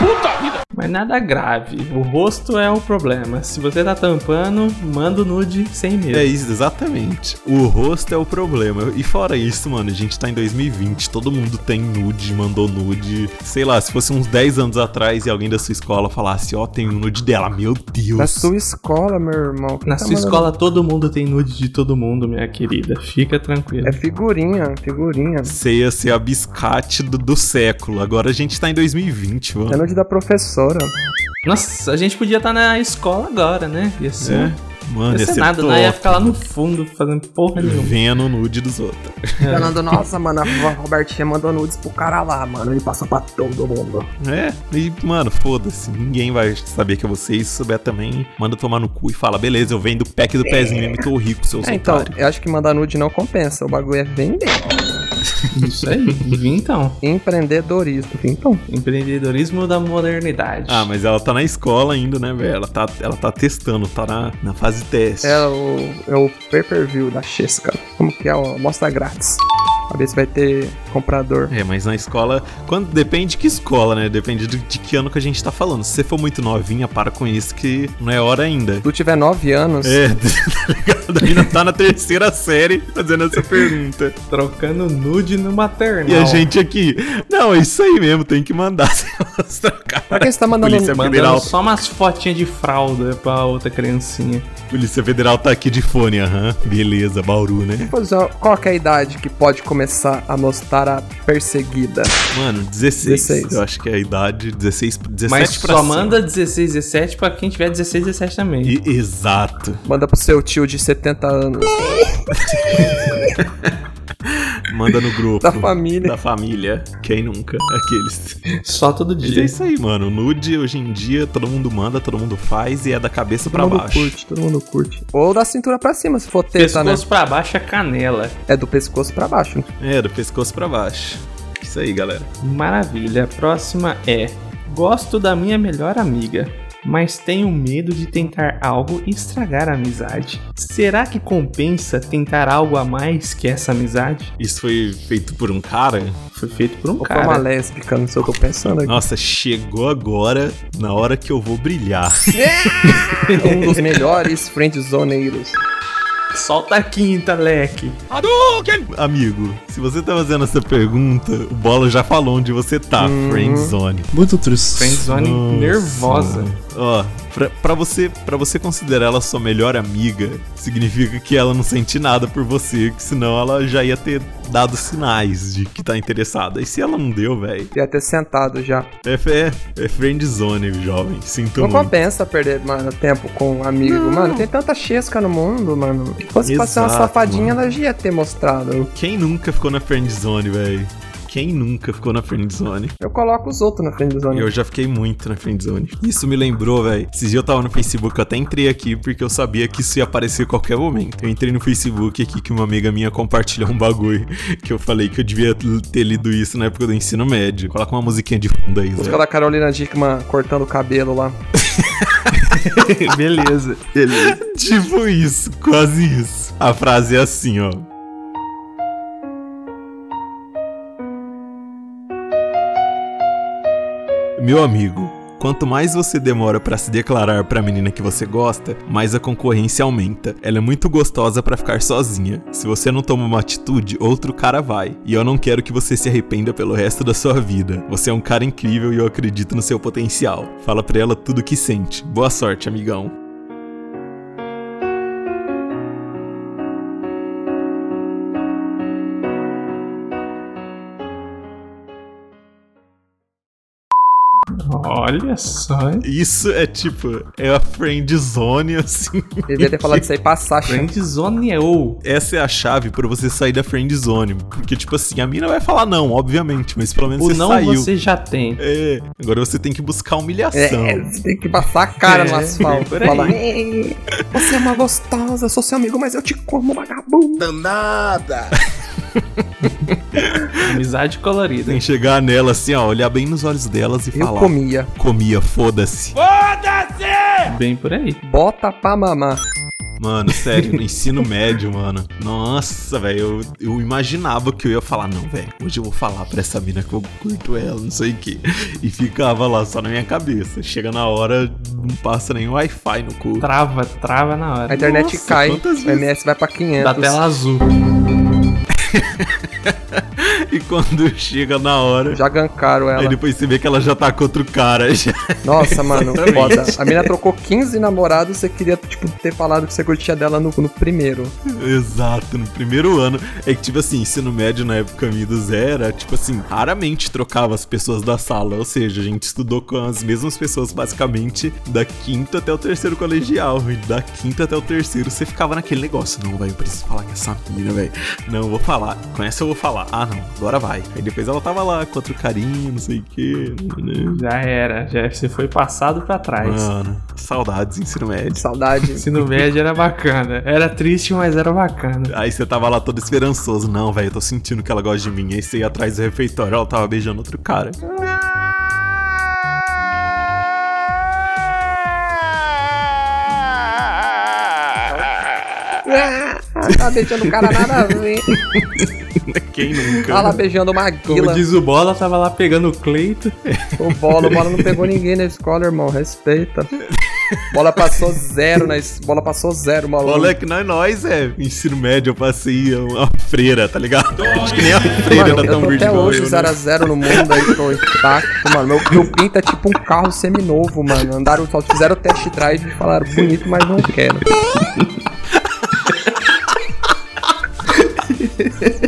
[SPEAKER 1] Mas nada grave. O rosto é o problema. Se você tá tampando, manda o nude sem medo.
[SPEAKER 2] É isso, exatamente. O rosto é o problema. E fora isso, mano, a gente tá em 2020, todo mundo tem nude, mandou nude. Sei lá, se fosse uns 10 anos atrás e alguém da sua escola falasse, ó, tem um nude dela, meu
[SPEAKER 3] Na
[SPEAKER 2] Deus.
[SPEAKER 3] sua escola, meu irmão. Quem
[SPEAKER 1] Na
[SPEAKER 3] tá
[SPEAKER 1] sua
[SPEAKER 3] mandando-
[SPEAKER 1] escola todo mundo tem nude de todo mundo, minha querida. Fica tranquila.
[SPEAKER 3] É figurinha, figurinha.
[SPEAKER 2] Você ia ser a biscate do, do século. Agora a gente tá em 2020,
[SPEAKER 3] É
[SPEAKER 2] mano.
[SPEAKER 3] nude da professora.
[SPEAKER 1] Nossa, a gente podia estar na escola agora, né? Ia ser,
[SPEAKER 2] É. Mano,
[SPEAKER 1] ia
[SPEAKER 2] ia
[SPEAKER 1] ser
[SPEAKER 2] ser
[SPEAKER 1] nada,
[SPEAKER 2] top.
[SPEAKER 1] né? Ia ficar lá no fundo fazendo
[SPEAKER 2] É
[SPEAKER 1] porra nenhuma.
[SPEAKER 2] Vendo o nude dos outros.
[SPEAKER 3] Falando, nossa, mano, a vovó Robertinha mandou nudes pro cara lá, mano. Ele passou pra todo mundo.
[SPEAKER 2] É, e, mano, foda-se. Ninguém vai saber que é você. E se souber também, manda tomar no cu e fala, beleza, eu vendo o pack do pezinho mesmo e tô rico, seu
[SPEAKER 3] É, então, eu acho que mandar nude não compensa. O bagulho é vender.
[SPEAKER 1] É Isso aí. Vim então.
[SPEAKER 3] Empreendedorismo. Então,
[SPEAKER 1] Empreendedorismo da modernidade.
[SPEAKER 2] Ah, mas ela tá na escola ainda, né, velho? Ela tá, ela tá testando, tá na, na fase teste.
[SPEAKER 3] é o, é o pay-per-view da Chesca. Como que é? Ó, mostra grátis. A ver se vai ter comprador.
[SPEAKER 2] É, mas na escola. Quando, depende que escola, né? Depende de, de que ano que a gente tá falando. Se você for muito novinha, para com isso que não é hora ainda.
[SPEAKER 3] Se tu tiver 9 anos,
[SPEAKER 2] É, tá ligado? Ainda tá na terceira série fazendo essa pergunta.
[SPEAKER 1] Trocando nude no maternal.
[SPEAKER 2] E a gente aqui. Não, é isso aí mesmo, tem que mandar se mostrar a cara.
[SPEAKER 3] pra quem você tá mandando
[SPEAKER 2] Polícia
[SPEAKER 1] Mandando
[SPEAKER 2] Federal.
[SPEAKER 1] só umas fotinhas de fralda pra outra criancinha.
[SPEAKER 2] Polícia Federal tá aqui de fone, aham. Beleza, Bauru, né?
[SPEAKER 3] Pois é, Qual que é a idade que pode começar a mostrar a perseguida?
[SPEAKER 2] Mano, 16.
[SPEAKER 3] 16.
[SPEAKER 2] Eu acho que é a idade. 16, 17
[SPEAKER 1] Mas
[SPEAKER 2] pra
[SPEAKER 1] só
[SPEAKER 2] cima.
[SPEAKER 1] manda 16, 17 pra quem tiver 16, 17 também.
[SPEAKER 2] E- exato.
[SPEAKER 3] Manda pro seu tio de 70 anos.
[SPEAKER 2] Manda no grupo.
[SPEAKER 3] Da família.
[SPEAKER 2] Da família. Quem nunca? Aqueles.
[SPEAKER 1] Só todo
[SPEAKER 2] Mas é
[SPEAKER 1] dia.
[SPEAKER 2] isso aí, mano. Nude hoje em dia todo mundo manda, todo mundo faz e é da cabeça pra
[SPEAKER 3] todo mundo
[SPEAKER 2] baixo.
[SPEAKER 3] curte, todo mundo curte. Ou da cintura pra cima, se for teta, né?
[SPEAKER 1] Pescoço pra baixo é canela.
[SPEAKER 3] É do pescoço pra baixo.
[SPEAKER 2] É, do pescoço pra baixo. Isso aí, galera.
[SPEAKER 1] Maravilha. A próxima é: Gosto da minha melhor amiga, mas tenho medo de tentar algo e estragar a amizade. Será que compensa tentar algo a mais que essa amizade?
[SPEAKER 2] Isso foi feito por um cara?
[SPEAKER 1] Foi feito por um
[SPEAKER 3] Ou pra uma
[SPEAKER 1] cara.
[SPEAKER 3] lésbica, não sei o que eu tô pensando aqui.
[SPEAKER 2] Nossa, chegou agora na hora que eu vou brilhar.
[SPEAKER 3] um dos melhores friendzoneiros.
[SPEAKER 1] Solta a quinta, leque.
[SPEAKER 2] Amigo, se você tá fazendo essa pergunta, o Bola já falou onde você tá,
[SPEAKER 3] Uhum.
[SPEAKER 2] Friendzone.
[SPEAKER 1] Muito triste. Friendzone
[SPEAKER 2] Nossa.
[SPEAKER 1] nervosa.
[SPEAKER 2] Ó, Pra, pra você, pra você considerar ela sua melhor amiga, significa que ela não sente nada por você, que senão ela já ia ter dado sinais de que tá interessada. E se ela não deu, velho?
[SPEAKER 3] Ia ter sentado já.
[SPEAKER 2] É, é, é friend zone, jovem. Sinto
[SPEAKER 3] Não
[SPEAKER 2] muito.
[SPEAKER 3] compensa perder, mano, tempo com um amigo. Mano, tem tanta chesca no mundo, mano. Se fosse pra ser uma
[SPEAKER 2] Exato,
[SPEAKER 3] safadinha,
[SPEAKER 2] mano.
[SPEAKER 3] ela já ia ter mostrado.
[SPEAKER 2] Quem nunca ficou na friend zone, velho? Quem nunca ficou na friend zone?
[SPEAKER 3] Eu coloco os outros na frente dos amigos.
[SPEAKER 2] Eu já fiquei muito na friendzone. Isso me lembrou, velho. Esses dias eu tava no Facebook, eu até entrei aqui porque eu sabia que isso ia aparecer a qualquer momento. Eu entrei no Facebook aqui que uma amiga minha compartilhou um bagulho que eu falei que eu devia ter lido isso na época do ensino médio. Coloca uma musiquinha de fundo aí,
[SPEAKER 3] Música
[SPEAKER 2] Zé.
[SPEAKER 3] da Carolina Dickman cortando o cabelo lá.
[SPEAKER 1] Beleza.
[SPEAKER 2] Tipo isso, quase isso. A frase é assim, ó. Meu amigo, quanto mais você demora pra se declarar pra menina que você gosta, mais a concorrência aumenta. Ela é muito gostosa pra ficar sozinha. Se você não toma uma atitude, outro cara vai. E eu não quero que você se arrependa pelo resto da sua vida. Você é um cara incrível e eu acredito no seu potencial. Fala pra ela tudo o que sente. Boa sorte, amigão.
[SPEAKER 1] Olha só.
[SPEAKER 2] Isso é tipo, é a friend zone, assim.
[SPEAKER 3] Ele devia ter falado disso aí passar, gente.
[SPEAKER 1] Friend zoneou.
[SPEAKER 2] Essa é a chave pra você sair da friend zone. Porque, tipo assim, a mina vai falar não, obviamente, mas pelo menos
[SPEAKER 1] O
[SPEAKER 2] você
[SPEAKER 1] não
[SPEAKER 2] saiu.
[SPEAKER 1] você já tem.
[SPEAKER 2] É, agora você tem que buscar a humilhação.
[SPEAKER 3] É, você tem que passar a cara no
[SPEAKER 1] É,
[SPEAKER 3] asfalto.
[SPEAKER 1] por aí.
[SPEAKER 3] Falar, "Ei, você é uma gostosa, sou seu amigo, mas eu te como, vagabundo.
[SPEAKER 4] Danada!
[SPEAKER 1] Amizade colorida.
[SPEAKER 2] Tem que chegar nela assim, ó, olhar bem nos olhos delas e
[SPEAKER 3] Eu
[SPEAKER 2] falar.
[SPEAKER 3] comia.
[SPEAKER 2] Comia, foda-se.
[SPEAKER 1] Bem por aí.
[SPEAKER 3] Bota pra mamar.
[SPEAKER 2] Mano, sério, no ensino médio, mano. Nossa, velho, eu, eu imaginava que eu ia falar, não, velho, hoje eu vou falar pra essa mina que eu curto ela, não sei o quê. E ficava lá só na minha cabeça. Chega na hora, não passa nem Wi-Fi no cu.
[SPEAKER 3] Tá.
[SPEAKER 1] Trava, trava na
[SPEAKER 3] A
[SPEAKER 1] hora.
[SPEAKER 3] internet
[SPEAKER 2] Nossa,
[SPEAKER 3] cai,
[SPEAKER 2] quantas
[SPEAKER 3] o MS vai pra 500.
[SPEAKER 1] Da tela azul.
[SPEAKER 2] E quando chega na hora,
[SPEAKER 3] Já gancaram
[SPEAKER 2] aí
[SPEAKER 3] ela.
[SPEAKER 2] depois você vê que ela já tá com outro cara. Já.
[SPEAKER 3] Nossa, mano,
[SPEAKER 2] Exatamente.
[SPEAKER 3] foda. A mina trocou 15 namorados, você queria, tipo, ter falado que você curtia dela no, no primeiro.
[SPEAKER 2] Exato, no primeiro ano. É que, tipo assim, ensino médio na época minha do zero, era, tipo assim, raramente trocava as pessoas da sala. Ou seja, a gente estudou com as mesmas pessoas, basicamente, da quinta até o terceiro colegial. E da quinta até o terceiro, você ficava naquele negócio. Não, velho, eu preciso falar com essa mina, velho. Não, eu vou falar. Com essa eu vou falar. Ah, não, agora vai. Aí depois ela tava lá com outro carinho, não sei o quê. né?
[SPEAKER 1] Já era. Já você foi passado pra trás.
[SPEAKER 2] Mano, saudades do ensino médio.
[SPEAKER 3] Saudade.
[SPEAKER 1] Ensino médio era bacana. Era triste, mas era bacana.
[SPEAKER 2] Aí você tava lá todo esperançoso. Não, velho, eu tô sentindo que ela gosta de mim. Aí você ia atrás do refeitório, ela tava beijando outro cara.
[SPEAKER 3] Ah, tá beijando o cara nada a ver.
[SPEAKER 2] Quem nunca?
[SPEAKER 3] Tá lá beijando uma
[SPEAKER 1] Como
[SPEAKER 3] guila.
[SPEAKER 1] diz o Bola, tava lá pegando o Cleito.
[SPEAKER 3] O bola, o bola não pegou ninguém na escola, irmão. Respeita. Bola passou zero na es... Bola passou zero, maluco.
[SPEAKER 2] Olha que não é nós, é. Ensino médio eu passei uma freira, tá ligado? Acho que nem a freira
[SPEAKER 3] Mano,
[SPEAKER 2] tá
[SPEAKER 3] eu
[SPEAKER 2] tão
[SPEAKER 3] tô
[SPEAKER 2] weird
[SPEAKER 3] até
[SPEAKER 2] igual
[SPEAKER 3] hoje
[SPEAKER 2] eu,
[SPEAKER 3] 0x0
[SPEAKER 2] né?
[SPEAKER 3] no mundo, aí tô intacto, mano. Meu, meu pinto é tipo um carro seminovo, mano. Andaram, só fizeram o test drive e falaram bonito, mas não quero.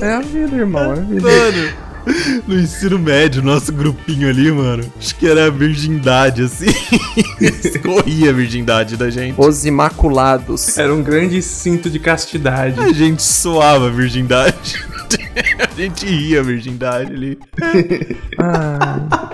[SPEAKER 3] É a vida, irmão. É a vida.
[SPEAKER 2] Mano, no ensino médio, nosso grupinho ali, mano, acho que era a virgindade, assim. Corria a virgindade da gente.
[SPEAKER 3] Os Imaculados.
[SPEAKER 1] Era um grande cinto de castidade.
[SPEAKER 2] A gente suava a virgindade. A gente ria a virgindade ali.
[SPEAKER 3] Ah,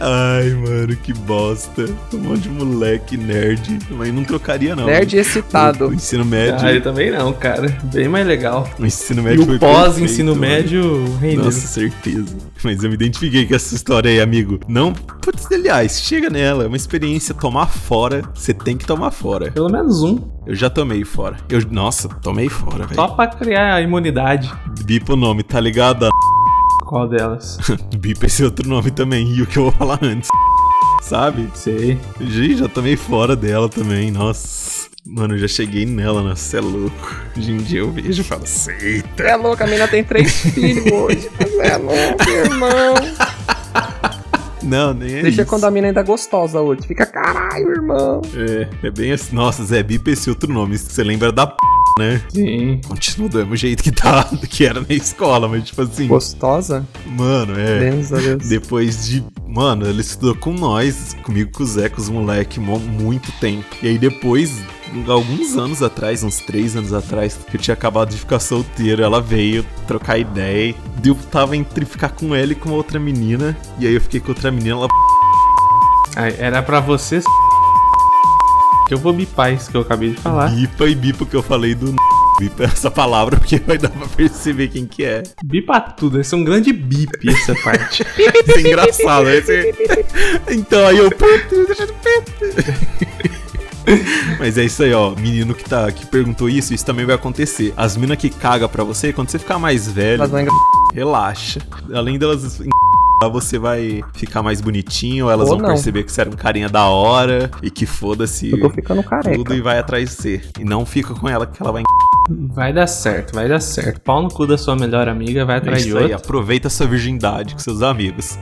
[SPEAKER 2] Ai, mano, que bosta. Um monte de moleque nerd. Mas não trocaria, não.
[SPEAKER 3] nerd
[SPEAKER 2] O
[SPEAKER 3] excitado.
[SPEAKER 2] ensino médio.
[SPEAKER 1] Ah, eu também não, cara. Bem mais legal.
[SPEAKER 2] O ensino
[SPEAKER 1] E
[SPEAKER 2] médio é foi
[SPEAKER 1] o pós-ensino
[SPEAKER 2] perfeito, mano.
[SPEAKER 1] médio rendeu.
[SPEAKER 2] Nossa, certeza. Mas eu me identifiquei com essa história aí, amigo. Não, putz, aliás, chega nela. É uma experiência tomar fora. Você tem que tomar fora.
[SPEAKER 1] Pelo menos um.
[SPEAKER 2] Eu já tomei fora. Eu, nossa, tomei fora, velho.
[SPEAKER 1] Só pra criar a imunidade.
[SPEAKER 2] Bipa o nome, tá ligado?
[SPEAKER 1] Qual delas?
[SPEAKER 2] Bipa esse é outro nome também. E o que eu vou falar antes. Sabe?
[SPEAKER 1] Sei.
[SPEAKER 2] Gente, já tomei fora dela também, nossa. Mano, eu já cheguei nela, nossa, cê é louco. Hoje em dia eu vejo e falo, sei.
[SPEAKER 3] Você é louco, a mina tem três filhos hoje. Você é louco, irmão.
[SPEAKER 2] Não, nem é
[SPEAKER 3] Deixa
[SPEAKER 2] isso.
[SPEAKER 3] quando a mina ainda é gostosa hoje. Fica, caralho, irmão.
[SPEAKER 2] É, é bem assim. Nossa, Zé Bipa, esse outro nome. Você lembra da p, né?
[SPEAKER 1] Sim.
[SPEAKER 2] Continua do mesmo jeito que, tá, que era na escola, mas tipo assim.
[SPEAKER 3] Gostosa?
[SPEAKER 2] Mano, é.
[SPEAKER 3] Deus, a Deus.
[SPEAKER 2] Depois de. Mano, ele estudou com nós, comigo, com o Zé, com os moleques, muito tempo. E aí depois, alguns anos atrás, uns três anos atrás, que eu tinha acabado de ficar solteiro, ela veio trocar ideia. e Eu tava entre ficar com ela e com outra menina. E aí eu fiquei com outra menina, ela.
[SPEAKER 1] Ai, era pra você. s***. Que eu vou bipar isso que eu acabei de falar.
[SPEAKER 2] Bipa e bipa que eu falei do. n****. Bipa essa palavra, porque vai dar pra perceber quem que é.
[SPEAKER 1] Bipa tudo, esse é um grande bip essa parte.
[SPEAKER 2] Isso é engraçado. né? Esse- Então aí eu. Mas é isso aí, ó. Menino que tá que perguntou isso, isso também vai acontecer. As minas que caga pra você, quando você ficar mais velho,
[SPEAKER 3] Elas vão engra-
[SPEAKER 2] relaxa. Além delas en- você vai ficar mais bonitinho, elas
[SPEAKER 3] Ou
[SPEAKER 2] vão
[SPEAKER 3] não.
[SPEAKER 2] perceber que você era um carinha da hora e que foda-se
[SPEAKER 3] Eu tô ficando
[SPEAKER 2] tudo
[SPEAKER 3] careca.
[SPEAKER 2] e vai atrás de você. E não fica com ela que ela vai
[SPEAKER 1] Vai dar certo, vai dar certo. Pau no cu da sua melhor amiga, vai
[SPEAKER 2] encarar
[SPEAKER 1] atrás de
[SPEAKER 2] isso aí.
[SPEAKER 1] outro.
[SPEAKER 2] Aproveita sua virgindade com seus amigos.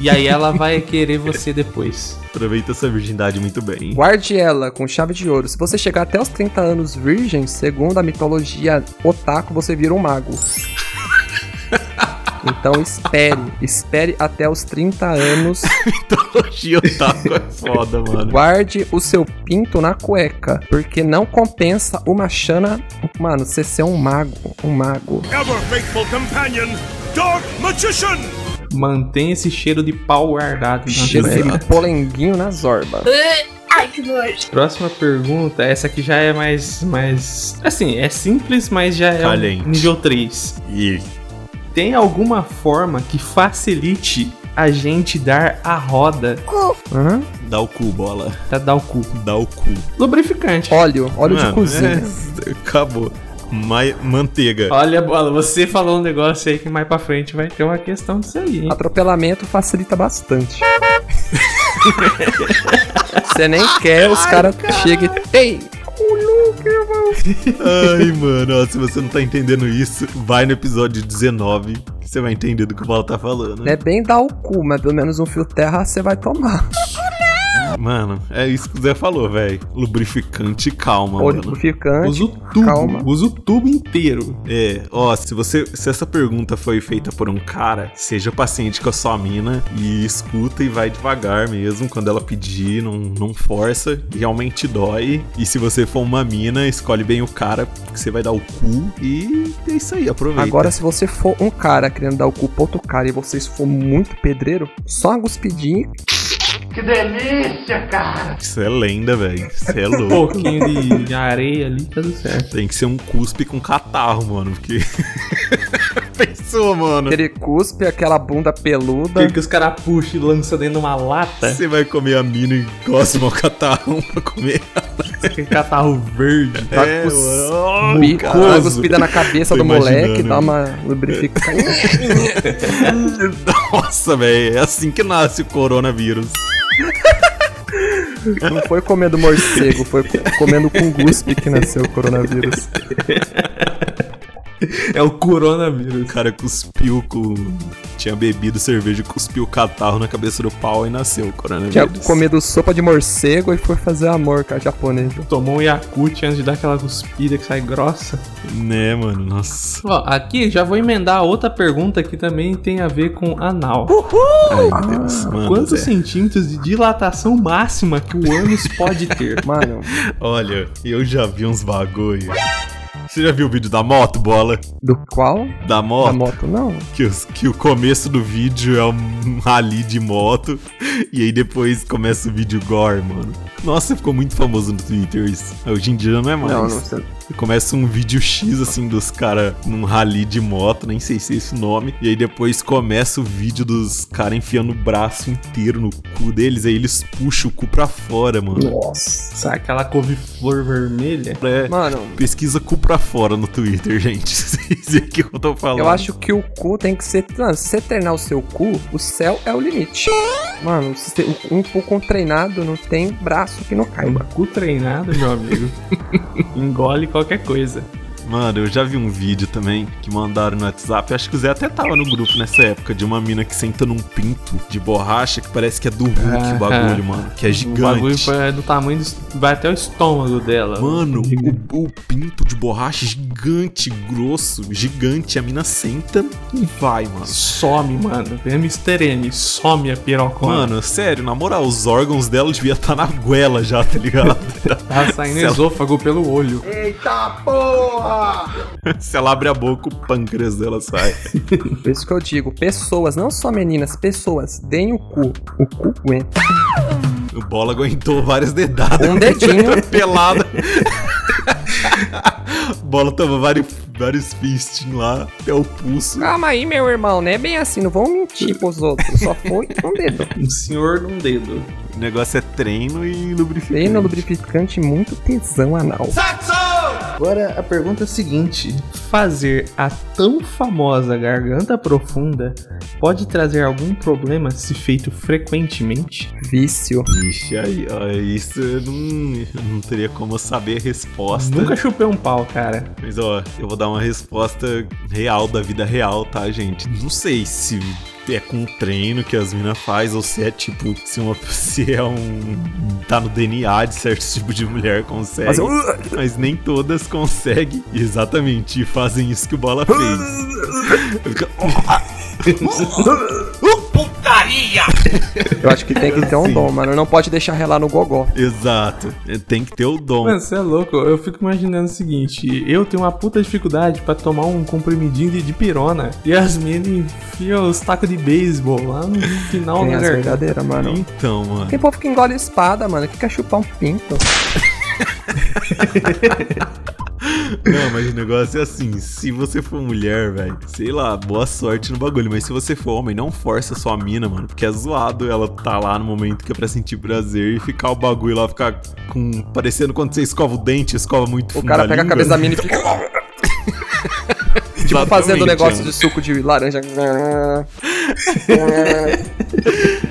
[SPEAKER 1] E aí ela vai querer você depois.
[SPEAKER 2] Aproveita sua virgindade muito bem.
[SPEAKER 3] Guarde ela com chave de ouro. Se você chegar até os 30 anos virgem, segundo a mitologia otaku, você vira um mago. Então espere, espere até os 30 anos.
[SPEAKER 2] Mitologia otaku é foda, mano.
[SPEAKER 3] Guarde o seu pinto na cueca, porque não compensa uma chana, mano, você ser um mago, um mago.
[SPEAKER 8] Our faithful companion, Dark Magician!
[SPEAKER 1] Mantém esse cheiro de pau guardado. Então, assim, na
[SPEAKER 3] Cheiro
[SPEAKER 1] sua vida.
[SPEAKER 3] de um polenguinho na zorba.
[SPEAKER 6] Ai, que nojo.
[SPEAKER 1] Próxima pergunta, essa aqui já é mais. mais assim, é simples, mas já é um
[SPEAKER 2] Valente.
[SPEAKER 1] nível 3.
[SPEAKER 2] E
[SPEAKER 1] Tem alguma forma que facilite a gente dar a roda
[SPEAKER 3] Hã?
[SPEAKER 2] dá o cu, bola.
[SPEAKER 1] pra dar o cu?
[SPEAKER 2] Dá o cu.
[SPEAKER 1] Lubrificante.
[SPEAKER 3] Óleo, óleo de
[SPEAKER 2] Mano,
[SPEAKER 3] cozinha.
[SPEAKER 2] é, acabou. Ma- manteiga.
[SPEAKER 1] Olha, bola, você falou um negócio aí que mais pra frente vai ter uma questão disso aí, hein?
[SPEAKER 2] é.
[SPEAKER 3] Atropelamento facilita bastante. Você nem quer, os caras chegam e. Ei!
[SPEAKER 2] Ai, mano, ó, se você não tá entendendo isso, vai no episódio 19 que você vai entender do que o Paulo tá falando.
[SPEAKER 3] Não é bem dar o cu, mas pelo menos um fio terra você vai tomar.
[SPEAKER 2] Mano, é isso que o Zé falou, velho. Lubrificante e calma,
[SPEAKER 3] Ou
[SPEAKER 2] mano.
[SPEAKER 1] Usa
[SPEAKER 3] lubrificante.
[SPEAKER 1] o tubo,
[SPEAKER 3] calma.
[SPEAKER 1] usa o tubo inteiro.
[SPEAKER 2] É, ó, se você. Se essa pergunta foi feita por um cara, seja paciente com a sua mina e escuta e vai devagar mesmo. Quando ela pedir, não, não força, realmente dói. E se você for uma mina, escolhe bem o cara, porque você vai dar o cu e é isso aí, aproveita.
[SPEAKER 3] Agora, se você for um cara querendo dar o cu pra outro cara e vocês for muito pedreiro, só uma guspidinha.
[SPEAKER 2] Isso é lenda, velho. Isso é
[SPEAKER 1] Um
[SPEAKER 2] louco.
[SPEAKER 1] pouquinho de- de areia ali, tá tudo certo.
[SPEAKER 2] Tem que ser um cuspe com catarro, mano, porque. Pensou, mano.
[SPEAKER 3] Ele cuspe aquela bunda peluda.
[SPEAKER 1] Que, que os caras puxam e lançam dentro de uma lata.
[SPEAKER 2] Você vai comer a mina e gosta o catarro pra comer.
[SPEAKER 1] Aquele catarro verde.
[SPEAKER 3] Tá
[SPEAKER 2] É,
[SPEAKER 3] cus-
[SPEAKER 2] mano. Oh,
[SPEAKER 3] Bico, dá uma
[SPEAKER 2] caso.
[SPEAKER 3] cuspida na cabeça
[SPEAKER 2] Tô
[SPEAKER 3] do moleque,
[SPEAKER 2] imaginando.
[SPEAKER 3] dá uma lubrificante.
[SPEAKER 2] Nossa, velho, é assim que nasce o coronavírus.
[SPEAKER 3] Não foi comendo morcego, foi comendo com guspe que nasceu o coronavírus.
[SPEAKER 1] É o coronavírus.
[SPEAKER 2] O cara cuspiu com. Tinha bebido cerveja, cuspiu o catarro na cabeça do pau e nasceu o
[SPEAKER 3] Tinha
[SPEAKER 2] coronavírus.
[SPEAKER 3] comido sopa de morcego e foi fazer amor com a japonesa.
[SPEAKER 1] Tomou um Yakut antes de dar aquela cuspida que sai grossa.
[SPEAKER 2] Né, mano? Nossa.
[SPEAKER 1] Ó, aqui já vou emendar a outra pergunta que também tem a ver com anal.
[SPEAKER 2] Ai,
[SPEAKER 3] Ah,
[SPEAKER 2] meu Deus. Mano,
[SPEAKER 1] Quantos
[SPEAKER 2] Zé.
[SPEAKER 1] centímetros de dilatação máxima que o ânus pode ter?
[SPEAKER 3] Mano,
[SPEAKER 2] Olha, eu já vi uns bagulho. Você já viu o vídeo da moto, bola?
[SPEAKER 3] do qual?
[SPEAKER 2] Da moto?
[SPEAKER 3] Da moto, não.
[SPEAKER 2] Que, os- que o começo do vídeo é um rally de moto. E aí depois começa o vídeo gore, mano. Nossa, ficou muito famoso no Twitter isso. Hoje em dia não é mais.
[SPEAKER 3] Não, não sei.
[SPEAKER 2] Começa um vídeo X, assim, dos caras num rally de moto, nem sei se é esse o nome. E aí depois começa o vídeo dos caras enfiando o braço inteiro no cu deles. Aí eles puxam o cu pra fora, mano.
[SPEAKER 1] Nossa, aquela couve-flor vermelha.
[SPEAKER 2] É,
[SPEAKER 3] Mano,
[SPEAKER 2] pesquisa cu pra fora no Twitter, gente. Vocês veem o que eu tô falando.
[SPEAKER 3] eu acho que o cu tem que ser. Mano, se você treinar o seu cu, o céu é o limite. Mano, se você- um cu com treinado não tem braço que não
[SPEAKER 1] Um
[SPEAKER 3] caiba.
[SPEAKER 1] cu treinado, meu amigo. Engole qualquer coisa.
[SPEAKER 2] Mano, eu já vi um vídeo também que mandaram no WhatsApp. Acho que o Zé até tava no grupo nessa época. De uma mina que senta num pinto de borracha que parece que é do Hulk o bagulho, mano. Que é
[SPEAKER 1] O bagulho
[SPEAKER 2] gigante.
[SPEAKER 1] foi- é do tamanho do, vai até o estômago dela.
[SPEAKER 2] Mano,
[SPEAKER 1] Gigante.
[SPEAKER 2] o, o pinto de borracha gigante, grosso, gigante. A mina senta e vai, mano.
[SPEAKER 1] some, mano. Vem Mr. M, some a pirocona.
[SPEAKER 2] Mano, sério, na moral, os órgãos dela devia estar na goela já, tá ligado?
[SPEAKER 1] tá saindo
[SPEAKER 2] se ela-
[SPEAKER 1] esôfago pelo olho.
[SPEAKER 2] Se ela abre a boca, o pâncreas dela sai.
[SPEAKER 3] Por isso que eu digo, pessoas, não só meninas, pessoas, deem o cu. O cu aguenta.
[SPEAKER 2] O Bola aguentou várias dedadas.
[SPEAKER 3] Um dedinho.
[SPEAKER 2] pelada. Bola tava vários, vários fisting lá, até o pulso.
[SPEAKER 3] Calma aí, meu irmão, não é bem assim, não vão mentir pros outros. Só foi um dedo.
[SPEAKER 1] Um senhor num dedo.
[SPEAKER 2] O negócio é treino e lubrificante.
[SPEAKER 3] Tem no lubrificante muito tesão anal.
[SPEAKER 1] Agora a pergunta é a seguinte: fazer a tão famosa garganta profunda pode trazer algum problema se feito frequentemente?
[SPEAKER 3] Vício.
[SPEAKER 2] Ixi, aí, ó, isso eu não, eu não teria como eu saber a resposta.
[SPEAKER 1] Nunca chupei um pau, cara.
[SPEAKER 2] Mas ó, eu vou dar uma resposta real da vida real, tá, gente? Não sei se é com o treino que as minas faz ou se é tipo, se uma se é um tá no DNA de certo tipo de mulher consegue. Mas,
[SPEAKER 3] Mas eu-
[SPEAKER 2] nem todas conseguem exatamente e fazem isso que o Bola fez.
[SPEAKER 3] Eu acho que tem que ter um
[SPEAKER 2] Sim.
[SPEAKER 3] dom, mano. Não pode deixar relar no gogó.
[SPEAKER 2] Exato. Tem que ter o dom.
[SPEAKER 1] Mano, você é louco. Eu fico imaginando o seguinte: eu tenho uma puta dificuldade pra tomar um comprimidinho de, de pirona e as minas enfiam os tacos de beisebol lá no final
[SPEAKER 3] Tem
[SPEAKER 1] da
[SPEAKER 3] as
[SPEAKER 1] garganta.
[SPEAKER 3] verdadeiras, mano.
[SPEAKER 2] Então, mano.
[SPEAKER 3] Tem povo que engole espada, mano, que quer chupar um pinto.
[SPEAKER 2] Não, mas o negócio é assim, se você for mulher, velho, sei lá, boa sorte no bagulho, mas se você for homem, não força sua mina, mano, porque é zoado ela tá lá no momento que é pra sentir prazer e ficar o bagulho lá, ficar com... parecendo quando você escova o dente, escova muito
[SPEAKER 3] O
[SPEAKER 2] fundo
[SPEAKER 3] cara pega a cabeça da
[SPEAKER 2] né?
[SPEAKER 3] mina e fica
[SPEAKER 2] tipo
[SPEAKER 3] fazendo o negócio de suco de laranja.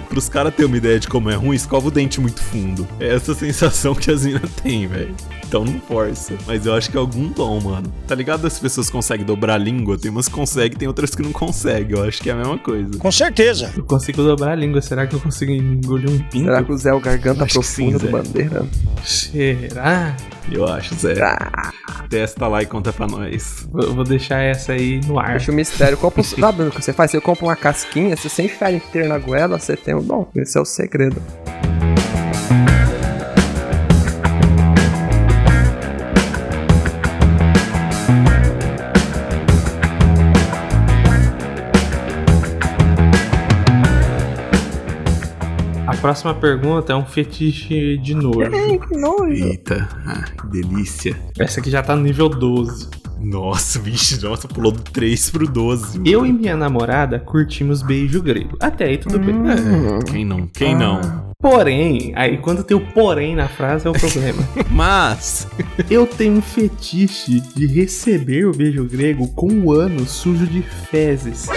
[SPEAKER 2] Pros caras terem uma ideia de como é ruim, escova o dente muito fundo. É essa sensação que as minas têm, velho. Então não força. Mas eu acho que é algum dom, mano. Tá ligado? As pessoas conseguem dobrar a língua, tem umas que conseguem, tem outras que não conseguem. Eu acho que é a mesma coisa.
[SPEAKER 8] Com certeza.
[SPEAKER 1] Eu consigo dobrar a língua. Será que eu consigo engolir um pinto?
[SPEAKER 3] Será que o Zé é o garganta
[SPEAKER 2] Acho que sim,
[SPEAKER 3] profunda
[SPEAKER 2] Zé.
[SPEAKER 3] do bandeira?
[SPEAKER 1] Será?
[SPEAKER 2] Eu acho, Zé.
[SPEAKER 3] Ah,
[SPEAKER 2] Testa lá e conta pra nós.
[SPEAKER 1] Vou vou deixar essa aí no ar.
[SPEAKER 3] Acho um mistério. Compra um- Sabe o que você faz? Você compra uma casquinha, se você enfiar inteiro na goela, você tem o dom. Esse é o segredo.
[SPEAKER 1] A próxima pergunta é um fetiche de nojo.
[SPEAKER 3] Que nojo.
[SPEAKER 2] Eita, ah, que delícia.
[SPEAKER 1] Essa aqui já tá no nível 12.
[SPEAKER 2] Nossa, bicho, nossa, pulou do 3 pro 12.
[SPEAKER 1] Eu e minha namorada curtimos beijo grego. Até aí tudo bem.
[SPEAKER 3] Hum.
[SPEAKER 2] Quem não? Quem não?
[SPEAKER 1] Porém, aí quando tem o porém na frase é o problema.
[SPEAKER 2] Mas.
[SPEAKER 1] Eu tenho um fetiche de receber o beijo grego com o ano sujo de fezes.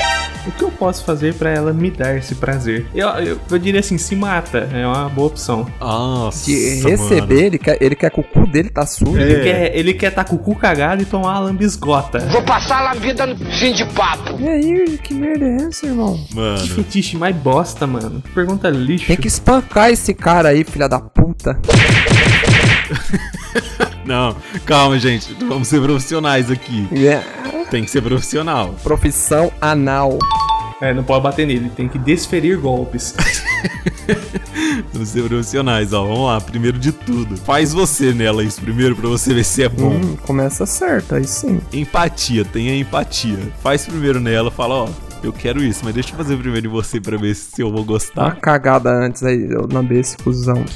[SPEAKER 1] O que eu posso fazer pra ela me dar esse prazer? Eu, eu, eu diria assim, se mata. É uma boa opção.
[SPEAKER 2] Nossa.
[SPEAKER 3] De
[SPEAKER 2] mano.
[SPEAKER 3] receber, ele quer, ele quer que o cu dele tá sujo.
[SPEAKER 2] É.
[SPEAKER 1] Ele, quer, ele quer tá com o cu cagado e tomar uma lambisgota.
[SPEAKER 3] E aí, que merda é essa, irmão?
[SPEAKER 1] Que
[SPEAKER 2] Mano.
[SPEAKER 1] fetiche mais bosta, mano. Que Pergunta lixo.
[SPEAKER 3] Tem que espancar esse cara aí, filha da puta.
[SPEAKER 2] Não, calma, gente. Vamos ser profissionais aqui.
[SPEAKER 3] É.
[SPEAKER 2] Tem que ser profissional.
[SPEAKER 3] Profissão anal.
[SPEAKER 1] É, não pode bater nele, tem que desferir golpes.
[SPEAKER 2] Vamos ser profissionais, ó. Vamos lá, primeiro de tudo. Faz você nela isso primeiro pra você ver se é bom.
[SPEAKER 3] Hum, começa certo, aí sim.
[SPEAKER 2] Hum. Empatia, tenha empatia. Faz primeiro nela, fala, ó, eu quero isso, mas deixa eu fazer primeiro em você pra ver se eu vou
[SPEAKER 3] Dá uma
[SPEAKER 2] gostar.
[SPEAKER 3] cagada antes aí, eu namei esse cuzão.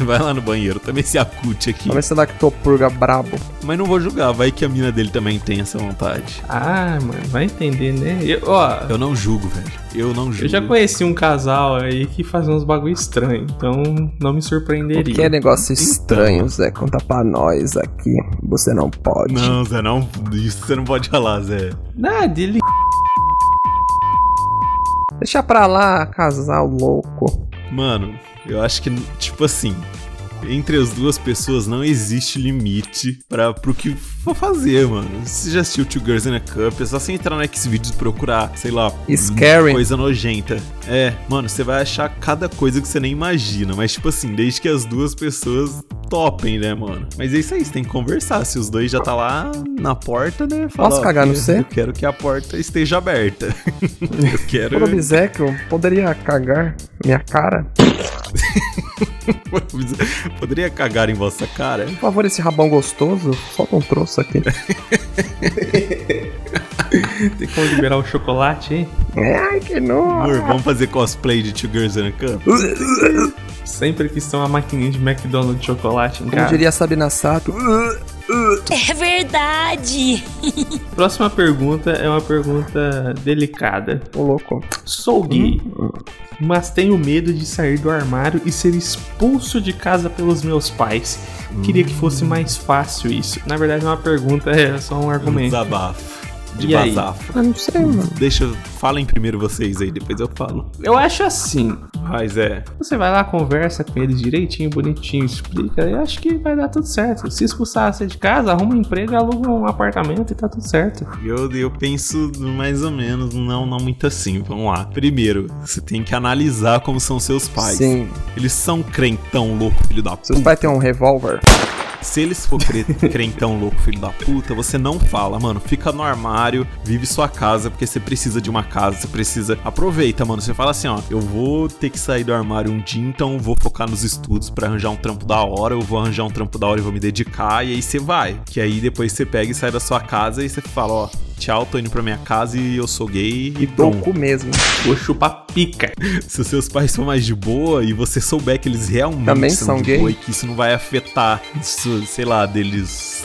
[SPEAKER 2] Vai lá no banheiro, também se acute aqui.
[SPEAKER 3] Vamos ver se lactopurga brabo.
[SPEAKER 2] Mas não vou julgar, vai que a mina dele também tem essa vontade.
[SPEAKER 1] ah, mano, vai entender, né? Eu- ó,
[SPEAKER 2] Eu não julgo, velho. Eu não julgo.
[SPEAKER 1] eu já conheci um casal aí que fazia uns bagulho estranho, então não me surpreenderia.
[SPEAKER 3] Que é negócio
[SPEAKER 2] Então.
[SPEAKER 3] estranho, Zé. Conta pra nós aqui. Você não pode.
[SPEAKER 2] Não, Zé, não. Isso você não pode falar, Zé.
[SPEAKER 1] Ah, dele.
[SPEAKER 3] Deixa pra lá, casal louco.
[SPEAKER 2] Mano, eu acho que, tipo assim, entre as duas pessoas não existe limite para pro que pra fazer, mano. Você já assistiu Two Girls in a Cup? É só você entrar no Xvideos e procurar, sei lá,
[SPEAKER 3] Scary.
[SPEAKER 2] coisa nojenta. É, mano, você vai achar cada coisa que você nem imagina. Mas, tipo assim, desde que as duas pessoas topem, né, mano? Mas é isso aí, você tem que conversar. Se os dois já tá lá na porta, né?
[SPEAKER 3] Posso
[SPEAKER 2] ó,
[SPEAKER 3] cagar no
[SPEAKER 2] eu-
[SPEAKER 3] C?
[SPEAKER 2] Eu quero que a porta esteja aberta. eu quero...
[SPEAKER 3] Por obséquio, poderia cagar minha cara?
[SPEAKER 2] Poderia cagar em vossa cara?
[SPEAKER 3] Por favor, esse rabão gostoso, solta um troço aqui.
[SPEAKER 1] Tem como liberar o chocolate, hein?
[SPEAKER 3] É, Ai, que nojo.
[SPEAKER 2] Amor, vamos fazer cosplay de Two Girls in a Cup?
[SPEAKER 1] Sempre quis ter uma maquininha de McDonald's de chocolate em
[SPEAKER 3] Como
[SPEAKER 1] casa.
[SPEAKER 3] diria Sabina Sato,
[SPEAKER 2] Uh.
[SPEAKER 6] É verdade!
[SPEAKER 1] Próxima pergunta é uma pergunta delicada.
[SPEAKER 3] ô louco.
[SPEAKER 1] Sou gay, mas tenho medo de sair do armário e ser expulso de casa pelos meus pais. Queria que fosse mais fácil isso. Na verdade, não é uma pergunta, é só um
[SPEAKER 2] Um
[SPEAKER 1] argumento.
[SPEAKER 2] desabafo. De
[SPEAKER 1] E aí?
[SPEAKER 2] basafo.
[SPEAKER 3] Ah, não sei, mano.
[SPEAKER 2] Deixa, falem primeiro vocês aí, depois eu falo.
[SPEAKER 1] Eu acho assim.
[SPEAKER 2] Mas é.
[SPEAKER 1] Você vai lá, conversa com eles direitinho, bonitinho, explica. Eu acho que vai dar tudo certo. Se expulsar você de casa, arruma um emprego, aluga um apartamento e tá tudo certo.
[SPEAKER 2] Eu, eu penso mais ou menos, não, não muito assim. Vamos lá. Primeiro, você tem que analisar como são seus pais.
[SPEAKER 3] Sim.
[SPEAKER 2] Eles são crentão louco, filho da
[SPEAKER 3] Seus
[SPEAKER 2] puta.
[SPEAKER 3] pais têm um revólver?
[SPEAKER 2] Se eles for cre- crentão louco, filho da puta, você não fala, mano. Fica no armário, vive sua casa, porque você precisa de uma casa, você precisa. Aproveita, mano. Você fala assim, ó, eu vou ter que sair do armário um dia, então vou focar nos estudos pra arranjar um trampo da hora, eu vou arranjar um trampo da hora e vou me dedicar, e aí você vai. Que aí depois você pega e sai da sua casa e você fala, ó, tchau, tô indo pra minha casa e eu sou gay e
[SPEAKER 3] Dou
[SPEAKER 2] pronto.
[SPEAKER 3] o cu mesmo.
[SPEAKER 1] Vou chupar pica.
[SPEAKER 2] Se os seus pais são mais de boa e você souber que eles realmente
[SPEAKER 3] Também
[SPEAKER 2] são,
[SPEAKER 3] são
[SPEAKER 2] de
[SPEAKER 3] gay?
[SPEAKER 2] boa e que isso não vai afetar, isso, sei lá, deles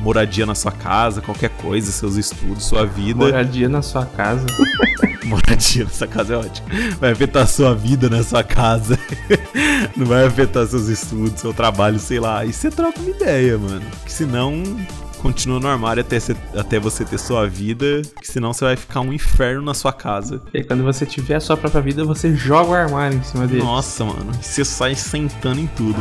[SPEAKER 2] moradia na sua casa, qualquer coisa, seus estudos, sua vida.
[SPEAKER 1] Moradia na sua casa.
[SPEAKER 2] Moradia na sua casa é ótimo. Vai afetar sua vida na sua casa. não vai afetar seus estudos, seu trabalho, sei lá. E você troca uma ideia, mano. Que senão continua no armário até, cê- até você ter sua vida, que senão você vai ficar um inferno na sua casa.
[SPEAKER 1] E aí, quando você tiver a sua própria vida, você joga o armário em cima dele.
[SPEAKER 2] Nossa, mano. E você sai sentando em tudo.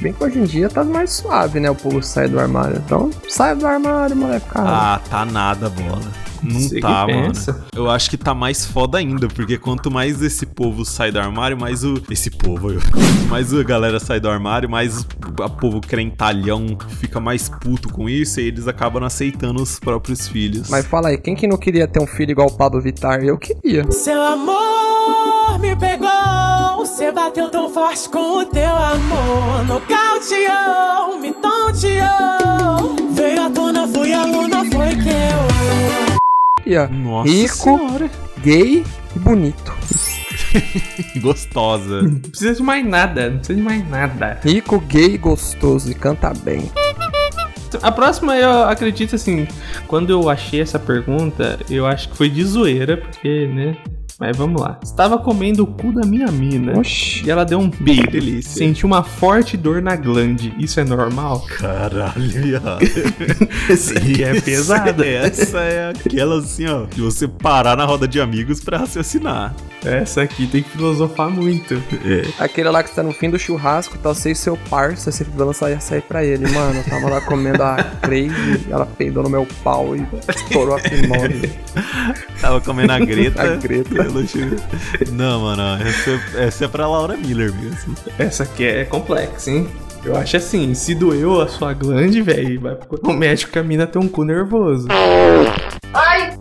[SPEAKER 3] Bem que hoje em dia tá mais suave, né? O povo sai do armário. Então, sai do armário, molecada.
[SPEAKER 2] Ah, tá nada, bola. Não
[SPEAKER 1] Você que
[SPEAKER 2] tá, mano.
[SPEAKER 1] pensa.
[SPEAKER 2] Eu acho que tá mais foda ainda, porque quanto mais esse povo sai do armário, mais o. Esse povo, eu. Mais a galera sai do armário, mais o povo crentalhão fica mais puto com isso e eles acabam não aceitando os próprios filhos.
[SPEAKER 3] Mas fala aí, quem que não queria ter um filho igual o Pablo Vittar? Eu queria.
[SPEAKER 9] Seu amor me pegou, você bateu tão forte com o teu amor. Nocauteou, me tonteou. Veio à tona, fui aluna, foi que eu.
[SPEAKER 3] queria.
[SPEAKER 2] Nossa
[SPEAKER 3] Rico,
[SPEAKER 2] senhora.
[SPEAKER 3] gay e bonito.
[SPEAKER 2] Gostosa.
[SPEAKER 1] Não precisa de mais nada, não precisa de mais nada.
[SPEAKER 3] Rico, gay e gostoso e canta bem.
[SPEAKER 1] A próxima, eu acredito assim, quando eu achei essa pergunta, eu acho que foi de zoeira, porque, né? Mas vamos lá. Estava comendo o cu da minha mina.
[SPEAKER 3] Oxi.
[SPEAKER 1] E ela deu um
[SPEAKER 2] que
[SPEAKER 1] beijo.
[SPEAKER 2] delícia.
[SPEAKER 1] Senti uma forte dor na glande. Isso é normal?
[SPEAKER 2] Caralho, viado. Essa aqui
[SPEAKER 1] é pesada.
[SPEAKER 2] Essa é aquela assim, ó. De você parar na roda de amigos pra raciocinar.
[SPEAKER 1] Essa aqui tem que filosofar muito.
[SPEAKER 3] Aquele lá que tá no fim do churrasco, tá você e seu parça, você lança e sair pra ele. Mano, eu tava lá comendo a Crave, ela peidou no meu pau e estourou a primórdia.
[SPEAKER 2] Tava comendo a Greta.
[SPEAKER 3] A Greta.
[SPEAKER 2] Ela chegou- Não, mano, essa, é- essa é pra Laura Miller mesmo.
[SPEAKER 1] Essa aqui é complexa, hein? Eu acho assim, se doeu a sua glande, velho, vai pro médico que a mina tem um cu nervoso.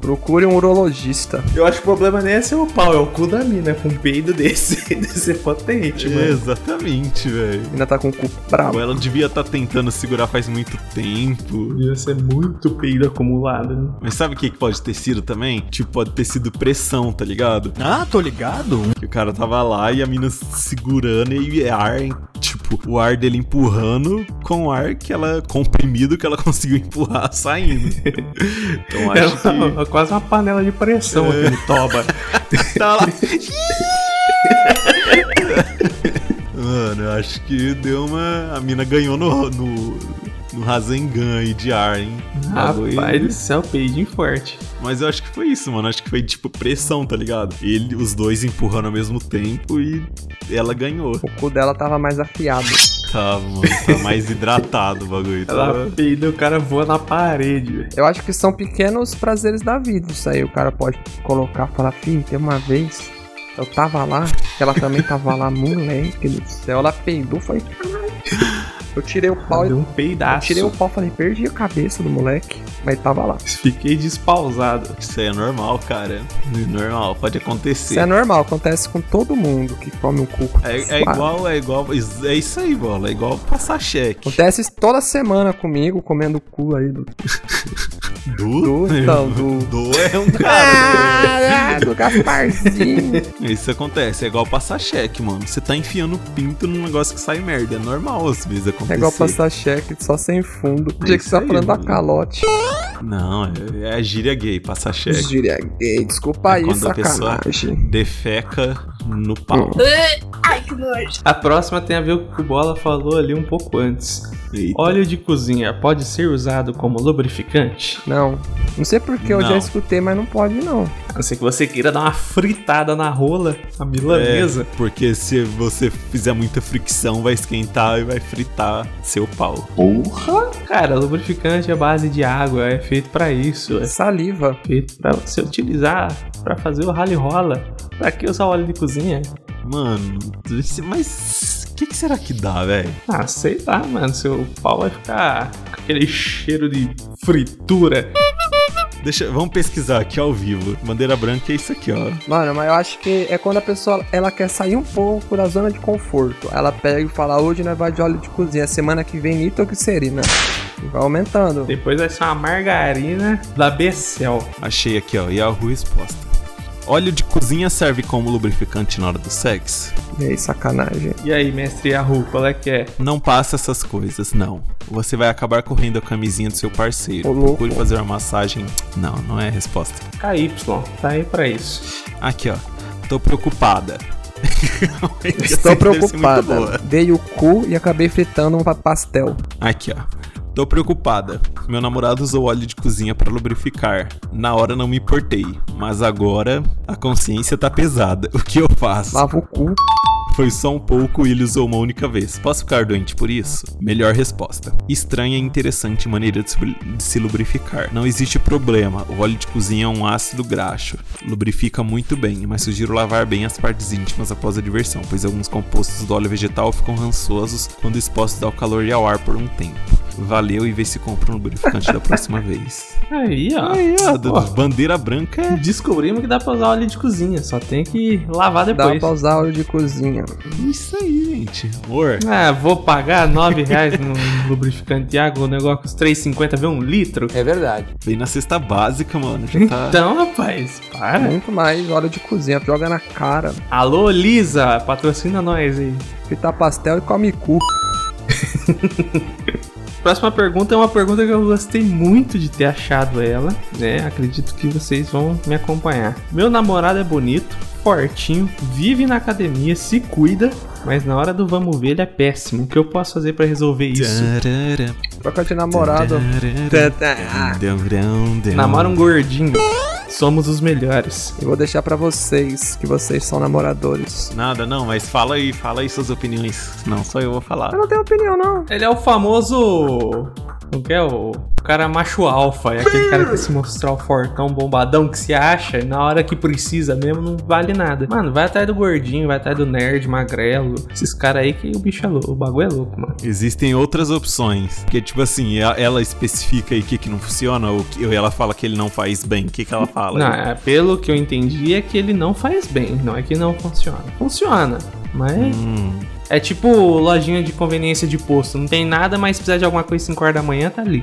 [SPEAKER 3] Procure um urologista.
[SPEAKER 1] Eu acho que o problema nem é seu pau, é o cu da mina com um peido desse, desse
[SPEAKER 4] É.
[SPEAKER 1] potente, mano.
[SPEAKER 2] Exatamente, velho.
[SPEAKER 3] Ainda tá com o cu
[SPEAKER 2] Ou
[SPEAKER 3] bravo.
[SPEAKER 2] Ela devia estar tentando segurar faz muito tempo.
[SPEAKER 1] Devia ser muito peido acumulado, né?
[SPEAKER 2] Mas sabe o que que pode ter sido também? Tipo, pode ter sido pressão, tá ligado?
[SPEAKER 4] Ah, tô ligado.
[SPEAKER 2] Que o cara tava lá e a mina segurando e é ar, hein? tipo, o ar dele empurrando com o ar que ela comprimido que ela conseguiu empurrar saindo. então acho
[SPEAKER 1] Era
[SPEAKER 2] que É,
[SPEAKER 1] uma- quase uma panela de
[SPEAKER 2] Então,
[SPEAKER 1] pressão né? aquele toba.
[SPEAKER 2] Tá lá. Mano, eu acho que deu uma. A mina ganhou no. no... No Rasengan aí de ar, hein? Bagulho.
[SPEAKER 1] Rapaz do céu, peidinho forte.
[SPEAKER 2] Mas eu acho que foi isso, mano. Acho que foi tipo pressão, tá ligado? Ele, os dois empurrando ao mesmo tempo e ela ganhou.
[SPEAKER 3] O cu dela tava mais afiado.
[SPEAKER 2] Tá, mano, tá mais hidratado o bagulho. Tá?
[SPEAKER 1] Ela peida, o cara voa na parede, velho.
[SPEAKER 3] Eu acho que são pequenos prazeres da vida. Isso aí o cara pode colocar, falar, filho, tem uma vez. Eu tava lá, que ela também tava lá, moleque do céu. Ela peidou, foi. Eu tirei o pau
[SPEAKER 1] Deu um
[SPEAKER 3] e. Eu
[SPEAKER 1] peidaço.
[SPEAKER 3] tirei o pau falei, perdi a cabeça do moleque. Mas tava lá.
[SPEAKER 1] Fiquei despausado.
[SPEAKER 2] Isso aí é normal, cara. Normal, pode acontecer.
[SPEAKER 3] Isso é normal, acontece com todo mundo que come um cuco.
[SPEAKER 2] É, é igual, é igual. is- É isso aí, bola. É igual passar cheque.
[SPEAKER 3] Acontece isso toda semana comigo, comendo o cu aí do.
[SPEAKER 2] Do?
[SPEAKER 3] Do, então, do-
[SPEAKER 2] Do é um cara.
[SPEAKER 3] Ah, do Gasparzinho.
[SPEAKER 2] Isso acontece. É igual passar cheque, mano. Você tá enfiando o pinto num negócio que sai merda. É normal às vezes acontecer.
[SPEAKER 3] É igual passar cheque só sem fundo. O dia que
[SPEAKER 2] isso
[SPEAKER 3] você tá
[SPEAKER 2] aí,
[SPEAKER 3] falando da
[SPEAKER 2] mano.
[SPEAKER 3] calote.
[SPEAKER 2] Não, é, é a gíria gay, passar cheque. É
[SPEAKER 3] Gíria gay, desculpa aí,
[SPEAKER 2] Quando a pessoa
[SPEAKER 3] sacanagem.
[SPEAKER 2] defeca no pau.
[SPEAKER 3] Hum.
[SPEAKER 6] Ai, que nojo.
[SPEAKER 1] A próxima tem a ver com o que o Bola falou ali um pouco antes.
[SPEAKER 2] Eita.
[SPEAKER 1] Óleo de cozinha pode ser usado como lubrificante?
[SPEAKER 3] Não. Não sei porque eu já
[SPEAKER 2] Não.
[SPEAKER 3] escutei, mas não pode não.
[SPEAKER 1] A não ser que você queira dar uma fritada na rola, a milanesa.
[SPEAKER 2] É, porque se você fizer muita fricção, vai esquentar e vai fritar seu pau. É.
[SPEAKER 1] Cara, lubrificante é base de água, é feito pra isso, é
[SPEAKER 3] Saliva.
[SPEAKER 1] feito pra você utilizar pra fazer o rally rola. Pra que usar óleo de cozinha?
[SPEAKER 2] Mano, esse- mas o que, que será que dá, velho?
[SPEAKER 1] Ah, sei lá, mano, seu pau vai ficar com aquele cheiro de fritura.
[SPEAKER 2] Deixa, vamos pesquisar aqui ao vivo. Bandeira branca é isso aqui, ó.
[SPEAKER 3] Mano, mas eu acho que é quando a pessoa ela quer sair um pouco da zona de conforto. Ela pega e fala, hoje nós vai de óleo de cozinha, semana que vem nitoxerina. E vai aumentando.
[SPEAKER 1] Depois vai ser uma margarina da Becel.
[SPEAKER 2] Achei aqui, ó. Yahoo resposta. Óleo de cozinha serve como lubrificante na hora do sexo?
[SPEAKER 3] E aí, sacanagem.
[SPEAKER 1] E aí, mestre Yahoo, qual é que é?
[SPEAKER 2] Não passa essas coisas, não. Você vai acabar correndo a camisinha do seu parceiro.
[SPEAKER 3] Ô, louco.
[SPEAKER 2] Procure fazer uma massagem. Não, não é a resposta.
[SPEAKER 1] KY, tá aí pra isso.
[SPEAKER 2] Aqui, ó. Tô preocupada.
[SPEAKER 3] Estou
[SPEAKER 2] Essa deve ser muito
[SPEAKER 3] preocupada.
[SPEAKER 2] boa.
[SPEAKER 3] Dei o cu e acabei fritando um pa- pastel.
[SPEAKER 2] Aqui, ó. Tô preocupada. Meu namorado usou óleo de cozinha pra lubrificar. Na hora não me importei, mas agora a consciência tá pesada. O que eu faço?
[SPEAKER 3] Lava o cu.
[SPEAKER 2] Foi só um pouco e ele usou uma única vez. Posso ficar doente por isso? Melhor resposta. Estranha e interessante maneira de se, de se lubrificar. Não existe problema. O óleo de cozinha é um ácido graxo. Lubrifica muito bem, mas sugiro lavar bem as partes íntimas após a diversão, pois alguns compostos do óleo vegetal ficam rançosos quando expostos ao calor e ao ar por um tempo. Valeu e vê se compra um lubrificante da próxima vez.
[SPEAKER 1] Aí, ó.
[SPEAKER 2] Aí, ó, do-
[SPEAKER 1] Pô.
[SPEAKER 2] bandeira branca é
[SPEAKER 1] Descobrimos que dá pra usar óleo de cozinha, só tem que lavar
[SPEAKER 3] Dá
[SPEAKER 1] depois.
[SPEAKER 3] pra usar óleo de cozinha.
[SPEAKER 2] é isso aí, gente. Amor.
[SPEAKER 1] Ah, vou pagar 9 reais no lubrificante de água, o negócio custa 3,50 vê um litro.
[SPEAKER 7] É verdade.
[SPEAKER 2] Vem na cesta básica, mano. Já tá...
[SPEAKER 1] Então, rapaz, para.
[SPEAKER 3] Muito mais óleo de cozinha. Joga na cara.
[SPEAKER 1] Alô, Lisa, patrocina nós aí.
[SPEAKER 3] Fritar pastel e come cu.
[SPEAKER 1] Próxima pergunta é uma pergunta que eu gostei muito de ter achado ela, né? Acredito que vocês vão me acompanhar. Meu namorado é bonito, fortinho, vive na academia, se cuida, mas na hora do vamos ver ele é péssimo. O que eu posso fazer pra resolver isso?
[SPEAKER 2] Tarara,
[SPEAKER 3] Troca de namorado.
[SPEAKER 2] tarara, tararão,
[SPEAKER 1] Namora um gordinho. Somos os melhores.
[SPEAKER 3] Eu vou deixar pra vocês que vocês são namoradores.
[SPEAKER 2] Nada, não, mas fala aí, fala aí suas opiniões. Não, só eu vou falar.
[SPEAKER 3] Eu não tenho opinião, não.
[SPEAKER 1] Ele é o famoso. Como que é? O cara macho alfa. É aquele cara que quer se mostrar o fortão bombadão que se acha e na hora que precisa mesmo não vale nada. Mano, vai atrás do gordinho, vai atrás do nerd, magrelo. Esses caras aí que o bicho é louco. O bagulho é louco, mano.
[SPEAKER 2] Existem outras opções. Que tipo assim, a- ela especifica aí o que, que não funciona, ou, que, ou ela fala que ele não faz bem. O que, que ela fala?
[SPEAKER 1] Não, é, pelo que eu entendi é que ele não faz bem. Não é que não funciona. Funciona. Mas
[SPEAKER 2] Hum,
[SPEAKER 1] é tipo lojinha de conveniência de posto. Não tem nada, mas se precisar de alguma coisa 5 horas da manhã, tá ali.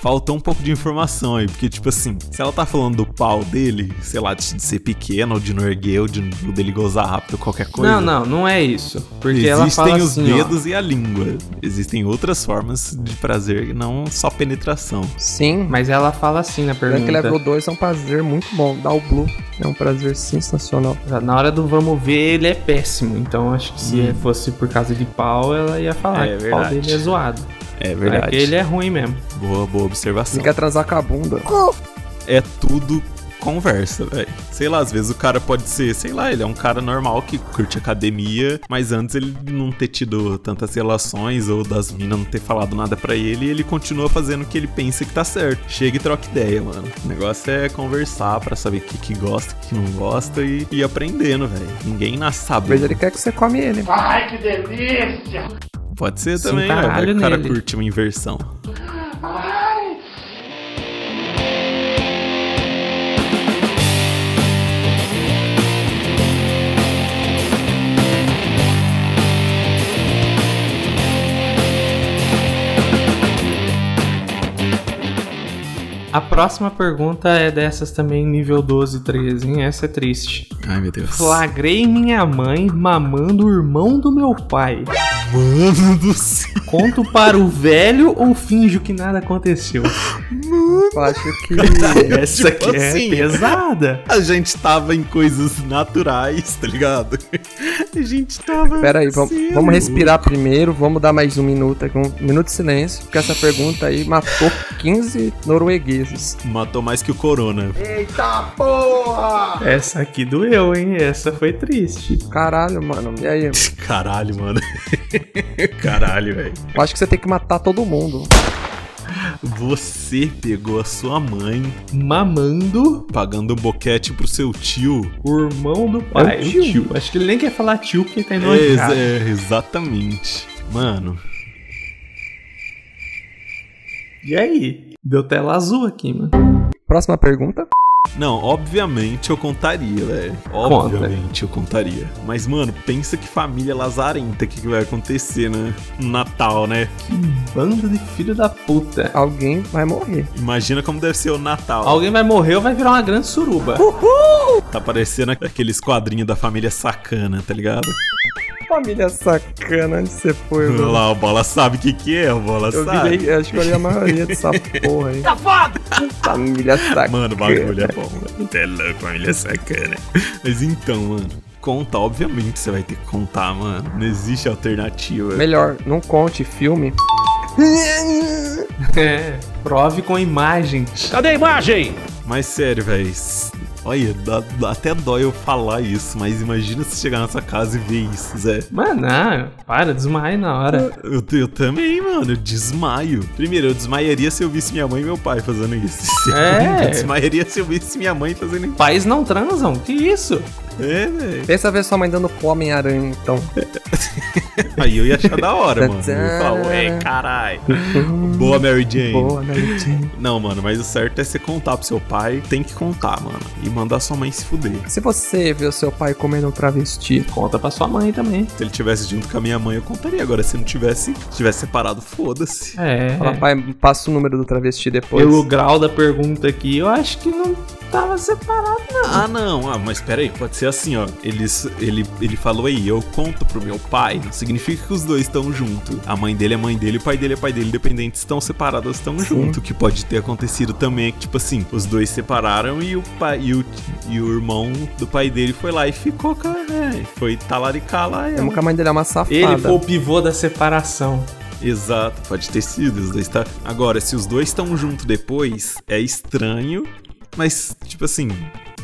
[SPEAKER 2] faltou um pouco de informação aí, porque tipo assim, se ela tá falando do pau dele, sei lá, de ser pequeno, ou de norgueu, de ou dele gozar rápido, qualquer coisa.
[SPEAKER 1] Não, não, não é isso. Porque ela
[SPEAKER 2] Existem
[SPEAKER 1] fala
[SPEAKER 2] os
[SPEAKER 1] assim, ó,
[SPEAKER 2] dedos e a língua. Existem outras formas de prazer, não só penetração.
[SPEAKER 3] Sim.
[SPEAKER 1] Mas ela fala assim na
[SPEAKER 3] Rank
[SPEAKER 1] pergunta.
[SPEAKER 3] Level 2 é um prazer muito bom. Dá o Blue. É um prazer sensacional.
[SPEAKER 1] Na hora do vamos ver, ele é péssimo. Então acho que se fosse por causa de pau, ela ia falar
[SPEAKER 2] Hum. É
[SPEAKER 1] que o pau
[SPEAKER 2] verdade.
[SPEAKER 1] dele é zoado.
[SPEAKER 2] É
[SPEAKER 1] Porque ele é ruim mesmo.
[SPEAKER 2] Boa, boa
[SPEAKER 3] Você
[SPEAKER 2] observação.
[SPEAKER 3] quer transar com a bunda.
[SPEAKER 2] É tudo conversa, velho. Sei lá, às vezes o cara pode ser, sei lá, ele é um cara normal que curte academia, mas antes ele não ter tido tantas relações ou das minas não ter falado nada pra ele, e ele continua fazendo o que ele pensa que tá certo. Chega e troca ideia, mano. O negócio é conversar pra saber o que, que gosta, o que não gosta e e ir aprendendo, velho. Ninguém nasce
[SPEAKER 3] Às vezes
[SPEAKER 2] sabendo.
[SPEAKER 3] ele quer que você come ele.
[SPEAKER 1] Ah.
[SPEAKER 2] Pode ser
[SPEAKER 1] Sim,
[SPEAKER 2] também,
[SPEAKER 1] caralho
[SPEAKER 2] né? velho? O cara
[SPEAKER 1] nele.
[SPEAKER 2] curte uma inversão.
[SPEAKER 1] A próxima pergunta é dessas também, nível 12 e 13, hein? Essa é triste.
[SPEAKER 2] Ai, meu Deus.
[SPEAKER 1] Flagrei minha mãe mamando o irmão do meu pai.
[SPEAKER 2] Mano do céu.
[SPEAKER 1] Conto para o velho ou finjo que nada aconteceu?
[SPEAKER 3] Eu acho que.
[SPEAKER 1] Essa
[SPEAKER 2] Tipo
[SPEAKER 1] aqui é
[SPEAKER 2] assim.
[SPEAKER 1] pesada.
[SPEAKER 2] A gente tava em coisas naturais, tá ligado? A gente tava. assim.
[SPEAKER 3] Pera aí, vamos,
[SPEAKER 2] sendo.
[SPEAKER 3] vamos respirar primeiro, vamos dar mais um minuto aqui, um minuto de silêncio, porque essa pergunta aí matou 15 noruegueses.
[SPEAKER 2] Matou mais que o Corona.
[SPEAKER 1] Essa aqui doeu, hein? Essa foi triste.
[SPEAKER 3] Caralho, mano. E aí?
[SPEAKER 2] Caralho, mano. Caralho, velho.
[SPEAKER 3] Eu acho que você tem que matar todo mundo.
[SPEAKER 2] Você pegou a sua mãe
[SPEAKER 1] Mamando
[SPEAKER 2] pagando um boquete pro seu tio.
[SPEAKER 1] o irmão do pai.
[SPEAKER 2] É o
[SPEAKER 1] o
[SPEAKER 2] tio.
[SPEAKER 1] tio. Acho que ele nem quer falar tio porque ele tá
[SPEAKER 2] É,
[SPEAKER 1] enojado.
[SPEAKER 2] é, exatamente. Mano,
[SPEAKER 1] E aí? Deu tela azul aqui, mano.
[SPEAKER 3] Próxima pergunta.
[SPEAKER 2] Não, obviamente eu contaria, velho.
[SPEAKER 1] Conta.
[SPEAKER 2] Obviamente eu contaria. Mas, mano, pensa que família lazarenta, o que, que vai acontecer, né? No Natal, né?
[SPEAKER 1] Bando de filho da puta.
[SPEAKER 3] Alguém vai morrer.
[SPEAKER 2] Imagina como deve ser o Natal.
[SPEAKER 1] Alguém vai morrer ou vai virar uma grande suruba.
[SPEAKER 2] Tá parecendo aqueles quadrinhos da família sacana, tá ligado?
[SPEAKER 3] Família sacana, onde você foi,
[SPEAKER 2] Olha
[SPEAKER 3] mano?
[SPEAKER 2] lá, o Bola sabe o que que é, o Bola
[SPEAKER 3] Uhum. Eu
[SPEAKER 2] sabe.
[SPEAKER 3] virei, eu escolhi a maioria dessa porra aí. Safado! Família sacana.
[SPEAKER 2] Mano, o bagulho é bom, velho. Até louco, família sacana. Mas então, mano, conta, obviamente que você vai ter que contar, mano. Não existe alternativa.
[SPEAKER 3] Melhor, não conte filme.
[SPEAKER 1] É. Prove com imagem.
[SPEAKER 8] Cadê a imagem?
[SPEAKER 2] Mas sério, velho. s- Olha, dá- dá- até dói eu falar isso, mas imagina se chegar na sua casa e ver isso, Zé.
[SPEAKER 1] Mano, não, para, desmaia na hora.
[SPEAKER 2] Eu, eu também, mano, eu desmaio. Primeiro, eu desmaiaria se eu visse minha mãe e meu pai fazendo isso. Segundo,
[SPEAKER 1] É.
[SPEAKER 2] Eu desmaiaria se eu visse minha mãe fazendo isso.
[SPEAKER 1] Pais não transam, que isso?
[SPEAKER 2] É, velho.
[SPEAKER 3] Pensa ver sua mãe dando pro Homem-Aranha, então.
[SPEAKER 2] Aí eu ia achar da hora, mano. Eu ia falar, ué, caralho. Boa, Mary Jane.
[SPEAKER 3] Boa, né, gente?
[SPEAKER 2] Não, mano, mas o certo é você contar pro seu pai. Tem que contar, mano. E mandar sua mãe se fuder.
[SPEAKER 3] Se você vê o seu pai comendo um travesti,
[SPEAKER 1] Conta pra sua mãe também.
[SPEAKER 2] Se ele tivesse junto com a minha mãe, eu contaria. Agora, se não tivesse, se tivesse separado, foda-se.
[SPEAKER 1] É.
[SPEAKER 3] fala, pai, passa o número do travesti depois.
[SPEAKER 1] Pelo grau da pergunta aqui, eu acho que não tava separado.
[SPEAKER 2] Ah, não, ah, mas peraí, pode ser assim, ó. Ele, ele, ele falou aí, eu conto pro meu pai, não significa que os dois estão junto. A mãe dele é mãe dele, o pai dele é pai dele, independente se estão separados ou se estão junto. O que pode ter acontecido também é que, tipo assim, os dois separaram e o pai e o, e o irmão do pai dele foi lá e ficou, cara. É, foi talaricar lá.
[SPEAKER 3] É
[SPEAKER 2] ela.
[SPEAKER 3] que a mãe dele é uma safada.
[SPEAKER 1] Ele foi o pivô da separação.
[SPEAKER 2] Exato, pode ter sido, os dois tá. Agora, se os dois estão junto depois, é estranho, mas, tipo assim,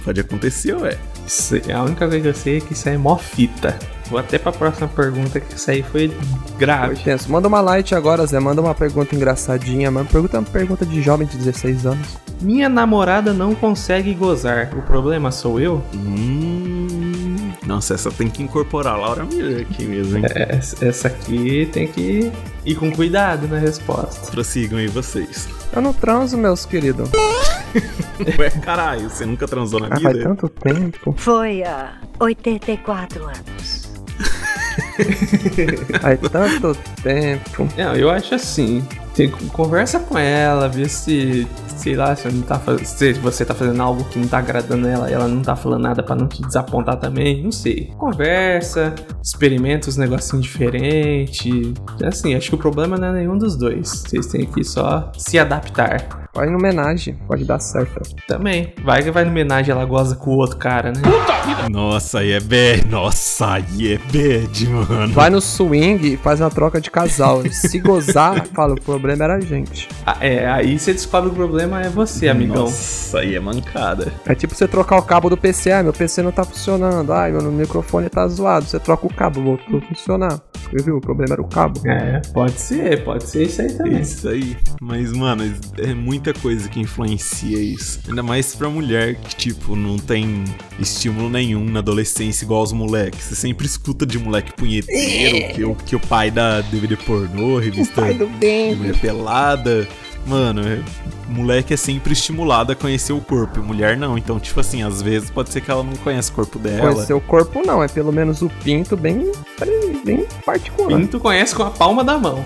[SPEAKER 2] pode acontecer, ué.
[SPEAKER 1] Isso- A única coisa que eu sei é que isso aí é mó fita. Vou até pra próxima pergunta, que isso aí foi
[SPEAKER 3] Foi
[SPEAKER 1] grave.
[SPEAKER 3] tenso. Manda uma light agora, Zé. Manda uma pergunta engraçadinha, mano. Pergunta uma pergunta de jovem de 16 anos.
[SPEAKER 1] Minha namorada não consegue gozar. O problema sou eu?
[SPEAKER 2] Hum. Nossa, essa tem que incorporar a Laura Miller aqui mesmo, hein?
[SPEAKER 3] É.
[SPEAKER 1] Essa, essa aqui tem que ir com cuidado na resposta.
[SPEAKER 2] Prossigam aí vocês.
[SPEAKER 3] Eu não transo, meus queridos.
[SPEAKER 2] Ué, caralho, você nunca transou na
[SPEAKER 3] Ah, faz
[SPEAKER 2] vida?
[SPEAKER 3] tanto tempo.
[SPEAKER 10] Foi há 84 anos.
[SPEAKER 3] Faz tanto tempo.
[SPEAKER 1] Não, eu acho assim. tem- conversa com ela, vê se. Sei lá, se, não tá, faz- se você tá fazendo algo que não tá agradando ela e ela não tá falando nada pra não te desapontar também. Não sei. Conversa, experimenta os negocinhos diferentes. Assim, acho que o problema não é nenhum dos dois. Vocês têm que só se adaptar.
[SPEAKER 3] Vai em homenagem, pode dar certo.
[SPEAKER 1] Também. Vai que vai no homenagem, ela goza com o outro cara, né?
[SPEAKER 2] Nossa, aí é bad. Nossa, aí é bad, mano.
[SPEAKER 3] Vai no swing e faz uma troca de casal. Se gozar, fala, o problema era a gente.
[SPEAKER 1] Ah, é, aí você descobre que o problema é você, amigão.
[SPEAKER 2] Nossa, aí é mancada.
[SPEAKER 3] É tipo você trocar o cabo do PC. Ah, meu PC não tá funcionando. Ai, meu microfone tá zoado. Você troca o cabo, voltou a funcionar. Viu? O problema era o cabo.
[SPEAKER 1] É, pode ser, pode ser isso aí também.
[SPEAKER 2] É Isso aí. Mas, mano, é muita coisa que influencia isso. Ainda mais pra mulher que, tipo, não tem estímulo nenhum na adolescência igual aos moleques. Você sempre escuta de moleque punheteiro, que, o, que o pai da DVD pornô, revista
[SPEAKER 3] É. Pai do bem.
[SPEAKER 2] de mulher pelada. Mano, é- moleque é sempre estimulado a conhecer o corpo, e mulher não. Então, tipo assim, às vezes pode ser que ela não conheça o corpo dela.
[SPEAKER 3] Conhecer o corpo não, é pelo menos o pinto bem, bem particular.
[SPEAKER 1] Pinto conhece com a palma da mão.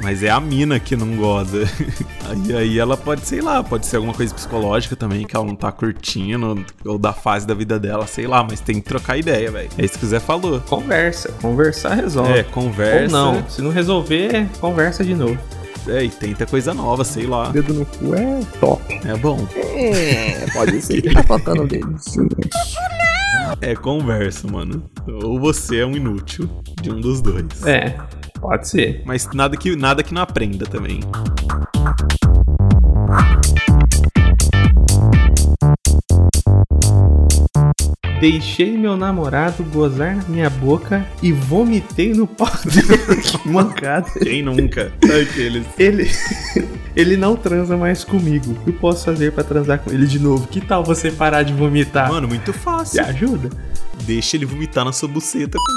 [SPEAKER 2] Mas é a mina que não goza. aí, aí ela pode, sei lá, pode ser alguma coisa psicológica também, que ela não tá curtindo, ou da fase da vida dela, sei lá, mas tem que trocar ideia, velho. É isso que o Zé falou.
[SPEAKER 1] Conversa. Conversar resolve.
[SPEAKER 2] É, conversa.
[SPEAKER 1] Ou não. Se não resolver, conversa de novo.
[SPEAKER 2] É, e tenta coisa nova, sei lá.
[SPEAKER 3] Dedo no cu é top.
[SPEAKER 2] É bom.
[SPEAKER 3] É, pode ser que tá faltando o dedo. sim.
[SPEAKER 2] É conversa, mano. Ou você é um inútil de um dos dois.
[SPEAKER 1] É, pode ser.
[SPEAKER 2] Mas nada que, nada que não aprenda também.
[SPEAKER 1] Deixei meu namorado gozar na minha boca e vomitei no pau dele. Que Mancada.
[SPEAKER 2] Quem nunca?
[SPEAKER 1] É
[SPEAKER 2] Aqueles.
[SPEAKER 1] Ele. Ele não transa mais comigo. O que posso fazer pra transar com ele de novo? Que tal você parar de vomitar?
[SPEAKER 2] Ah. Mano, muito
[SPEAKER 1] Te
[SPEAKER 2] fácil.
[SPEAKER 1] ajuda?
[SPEAKER 2] Deixa ele vomitar na sua buceta.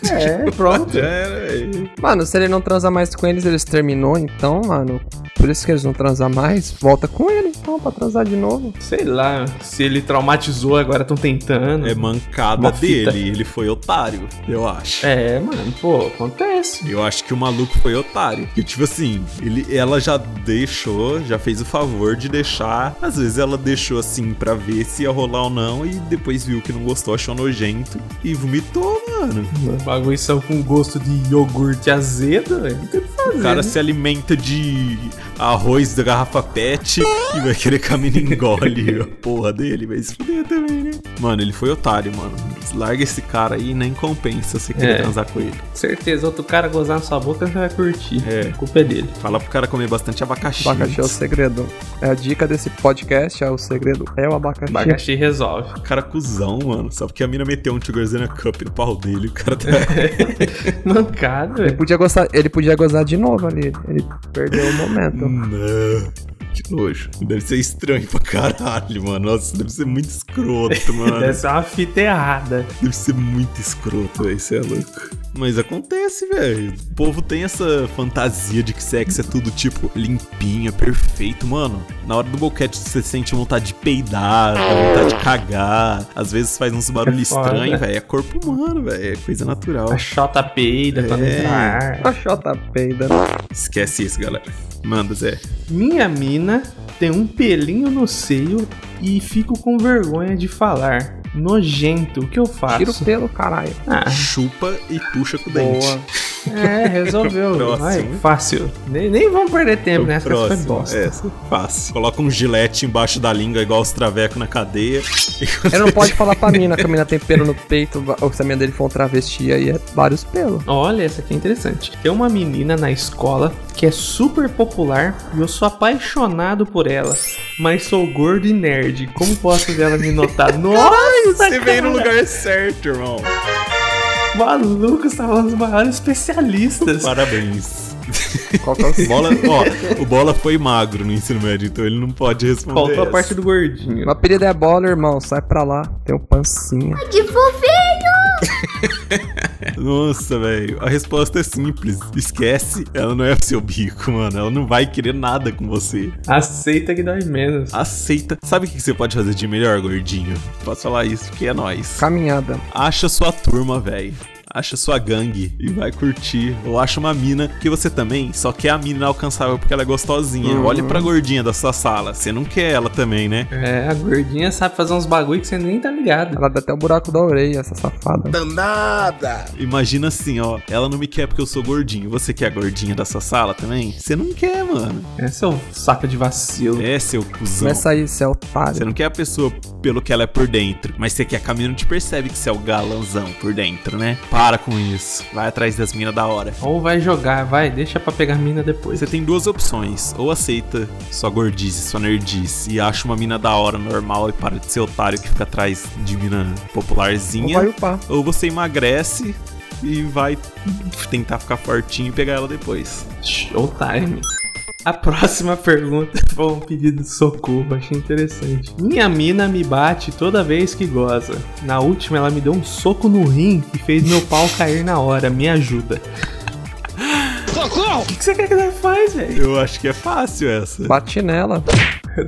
[SPEAKER 2] Tipo,
[SPEAKER 1] É, pronto.
[SPEAKER 2] Já era, velho.
[SPEAKER 3] Mano, se ele não transar mais com eles, eles terminou, então, mano. Por isso que eles não transar mais, volta com ele então, pra transar de novo.
[SPEAKER 1] Sei lá, se ele traumatizou, agora estão tentando.
[SPEAKER 2] É mancada
[SPEAKER 1] Uma fita.
[SPEAKER 2] dele, ele foi otário, eu acho.
[SPEAKER 1] É, mano, pô, acontece.
[SPEAKER 2] Eu acho que o maluco foi otário. Que tipo assim, ele, ela já deixou, já fez o favor de deixar. Às vezes ela deixou assim pra ver se ia rolar ou não e depois viu que não gostou, achou nojento e vomitou, mano.
[SPEAKER 1] Os bagulhos são com gosto de iogurte azedo, velho. Não tem o que fazer.
[SPEAKER 2] O cara
[SPEAKER 1] né?
[SPEAKER 2] se alimenta de arroz da garrafa PET e vai querer que a mina engole a porra dele, vai se fuder também, né? Mano, ele foi otário, mano. Larga esse cara aí, nem compensa você querer
[SPEAKER 1] É.
[SPEAKER 2] transar com ele.
[SPEAKER 1] Certeza, outro cara gozar na sua boca, você vai curtir.
[SPEAKER 2] É.
[SPEAKER 1] A culpa é dele.
[SPEAKER 2] Fala pro cara comer bastante abacaxi.
[SPEAKER 3] Abacaxi é o segredo. É a dica desse podcast, é o segredo é o abacaxi.
[SPEAKER 1] Abacaxi resolve.
[SPEAKER 2] Cara é cuzão, mano. Só porque a mina meteu um Tigrazena Cup no pau dele, o cara tá...
[SPEAKER 3] É,
[SPEAKER 1] Mancado,
[SPEAKER 3] Ele
[SPEAKER 1] velho.
[SPEAKER 3] podia, gostar, ele podia gozar de novo ali. Ele perdeu o
[SPEAKER 2] Hum.
[SPEAKER 3] momento.
[SPEAKER 2] Não. Que nojo. Deve ser estranho pra caralho, mano. Nossa, deve ser muito escroto, mano.
[SPEAKER 1] Deve ser uma fita errada.
[SPEAKER 2] Deve ser muito escroto, velho. Isso é louco. Mas acontece, velho. O povo tem essa fantasia de que sexo é tudo, tipo, limpinho, é perfeito, mano. Na hora do boquete você sente vontade de peidar, vontade de cagar. Às vezes faz uns barulhos
[SPEAKER 1] foda.
[SPEAKER 2] estranhos, velho. É corpo humano, velho. É coisa natural.
[SPEAKER 1] A xota peida quando
[SPEAKER 2] É.
[SPEAKER 1] entra no tá ar.
[SPEAKER 3] A Xota peida.
[SPEAKER 2] Esquece isso, galera. Manda, Zé.
[SPEAKER 1] Minha mina tem um pelinho no seio e fico com vergonha de falar. Nojento, o que eu
[SPEAKER 3] Tira o
[SPEAKER 1] faço?
[SPEAKER 3] pelo, caralho.
[SPEAKER 1] Ah,
[SPEAKER 2] Chupa e puxa com o dente.
[SPEAKER 3] Boa.
[SPEAKER 1] é, resolveu.
[SPEAKER 2] Próximo.
[SPEAKER 1] Vai, fácil. Nem, nem vamos perder tempo nessa, que É, essa foi
[SPEAKER 2] Próximo.
[SPEAKER 1] bosta.
[SPEAKER 2] Essa é fácil. Coloca um gilete embaixo da língua, igual os travecos na cadeia.
[SPEAKER 3] Ele não pode falar pra mina que a mina tem pelo no peito, ou se a mina dele for um travesti, aí é vários pelos.
[SPEAKER 1] Olha, essa aqui é interessante. Tem uma menina na escola que é super popular e eu sou apaixonado por ela, mas sou gordo e nerd. Como posso fazer ela me notar? Nossa,
[SPEAKER 2] Você veio no
[SPEAKER 1] cara!
[SPEAKER 2] lugar certo, irmão.
[SPEAKER 1] Maluco, você tá falando dos maiores especialistas.
[SPEAKER 2] Parabéns.
[SPEAKER 3] Qual que é o
[SPEAKER 2] Bola, ó, o Bola foi magro no ensino médio, então ele não pode responder.
[SPEAKER 1] Faltou a
[SPEAKER 2] essa.
[SPEAKER 1] parte do gordinho.
[SPEAKER 3] Meu apelido é bola, irmão. Sai pra lá. Tem um pancinha.
[SPEAKER 6] Ah, Que fofinho!
[SPEAKER 2] Nossa, velho. A resposta é simples. Esquece. Ela não é o seu bico, mano. Ela não vai querer nada com você.
[SPEAKER 1] Aceita que dói menos.
[SPEAKER 2] Aceita. Sabe o que que você pode fazer de melhor, gordinho? Posso falar isso, porque é nóis.
[SPEAKER 3] Caminhada.
[SPEAKER 2] Acha sua turma, velho. acha sua gangue e vai curtir. Ou acha uma mina que você também só quer a mina alcançável porque ela é gostosinha.
[SPEAKER 3] Uhum.
[SPEAKER 2] Olha pra gordinha da sua sala. Você não quer ela também, né?
[SPEAKER 1] É, a gordinha sabe fazer uns bagulho que você nem tá ligado.
[SPEAKER 3] Ela dá até o buraco da orelha, essa safada.
[SPEAKER 8] Danada!
[SPEAKER 2] Imagina assim, ó. Ela não me quer porque eu sou gordinho. Você quer a gordinha da sua sala também? Você não quer, mano.
[SPEAKER 1] É seu saco de vacilo.
[SPEAKER 2] É, seu cuzão.
[SPEAKER 3] Começa aí, seu
[SPEAKER 2] Você
[SPEAKER 3] otário.
[SPEAKER 7] é
[SPEAKER 2] não quer a pessoa pelo que ela é por dentro, mas você quer a Camila não te percebe que você é o galãozão por dentro, né? Para com isso. Vai atrás das minas da hora.
[SPEAKER 1] Ou vai jogar, vai, deixa pra pegar mina depois.
[SPEAKER 2] Você tem duas opções. Ou aceita sua gordice, sua nerdice e acha uma mina da hora, normal, e para de ser otário que fica atrás de mina
[SPEAKER 3] Não
[SPEAKER 2] popularzinha.
[SPEAKER 3] vai upar.
[SPEAKER 2] Ou você emagrece e vai tentar ficar fortinho e pegar ela depois.
[SPEAKER 1] Showtime. A próxima pergunta foi um pedido de socorro, achei interessante. Minha mina me bate toda vez que goza. Na última, ela me deu um soco no rim e fez meu pau cair na hora. Me ajuda.
[SPEAKER 8] Socorro!
[SPEAKER 1] O que, que você quer que ela faz, velho?
[SPEAKER 2] Eu acho que é fácil essa.
[SPEAKER 3] Bate nela.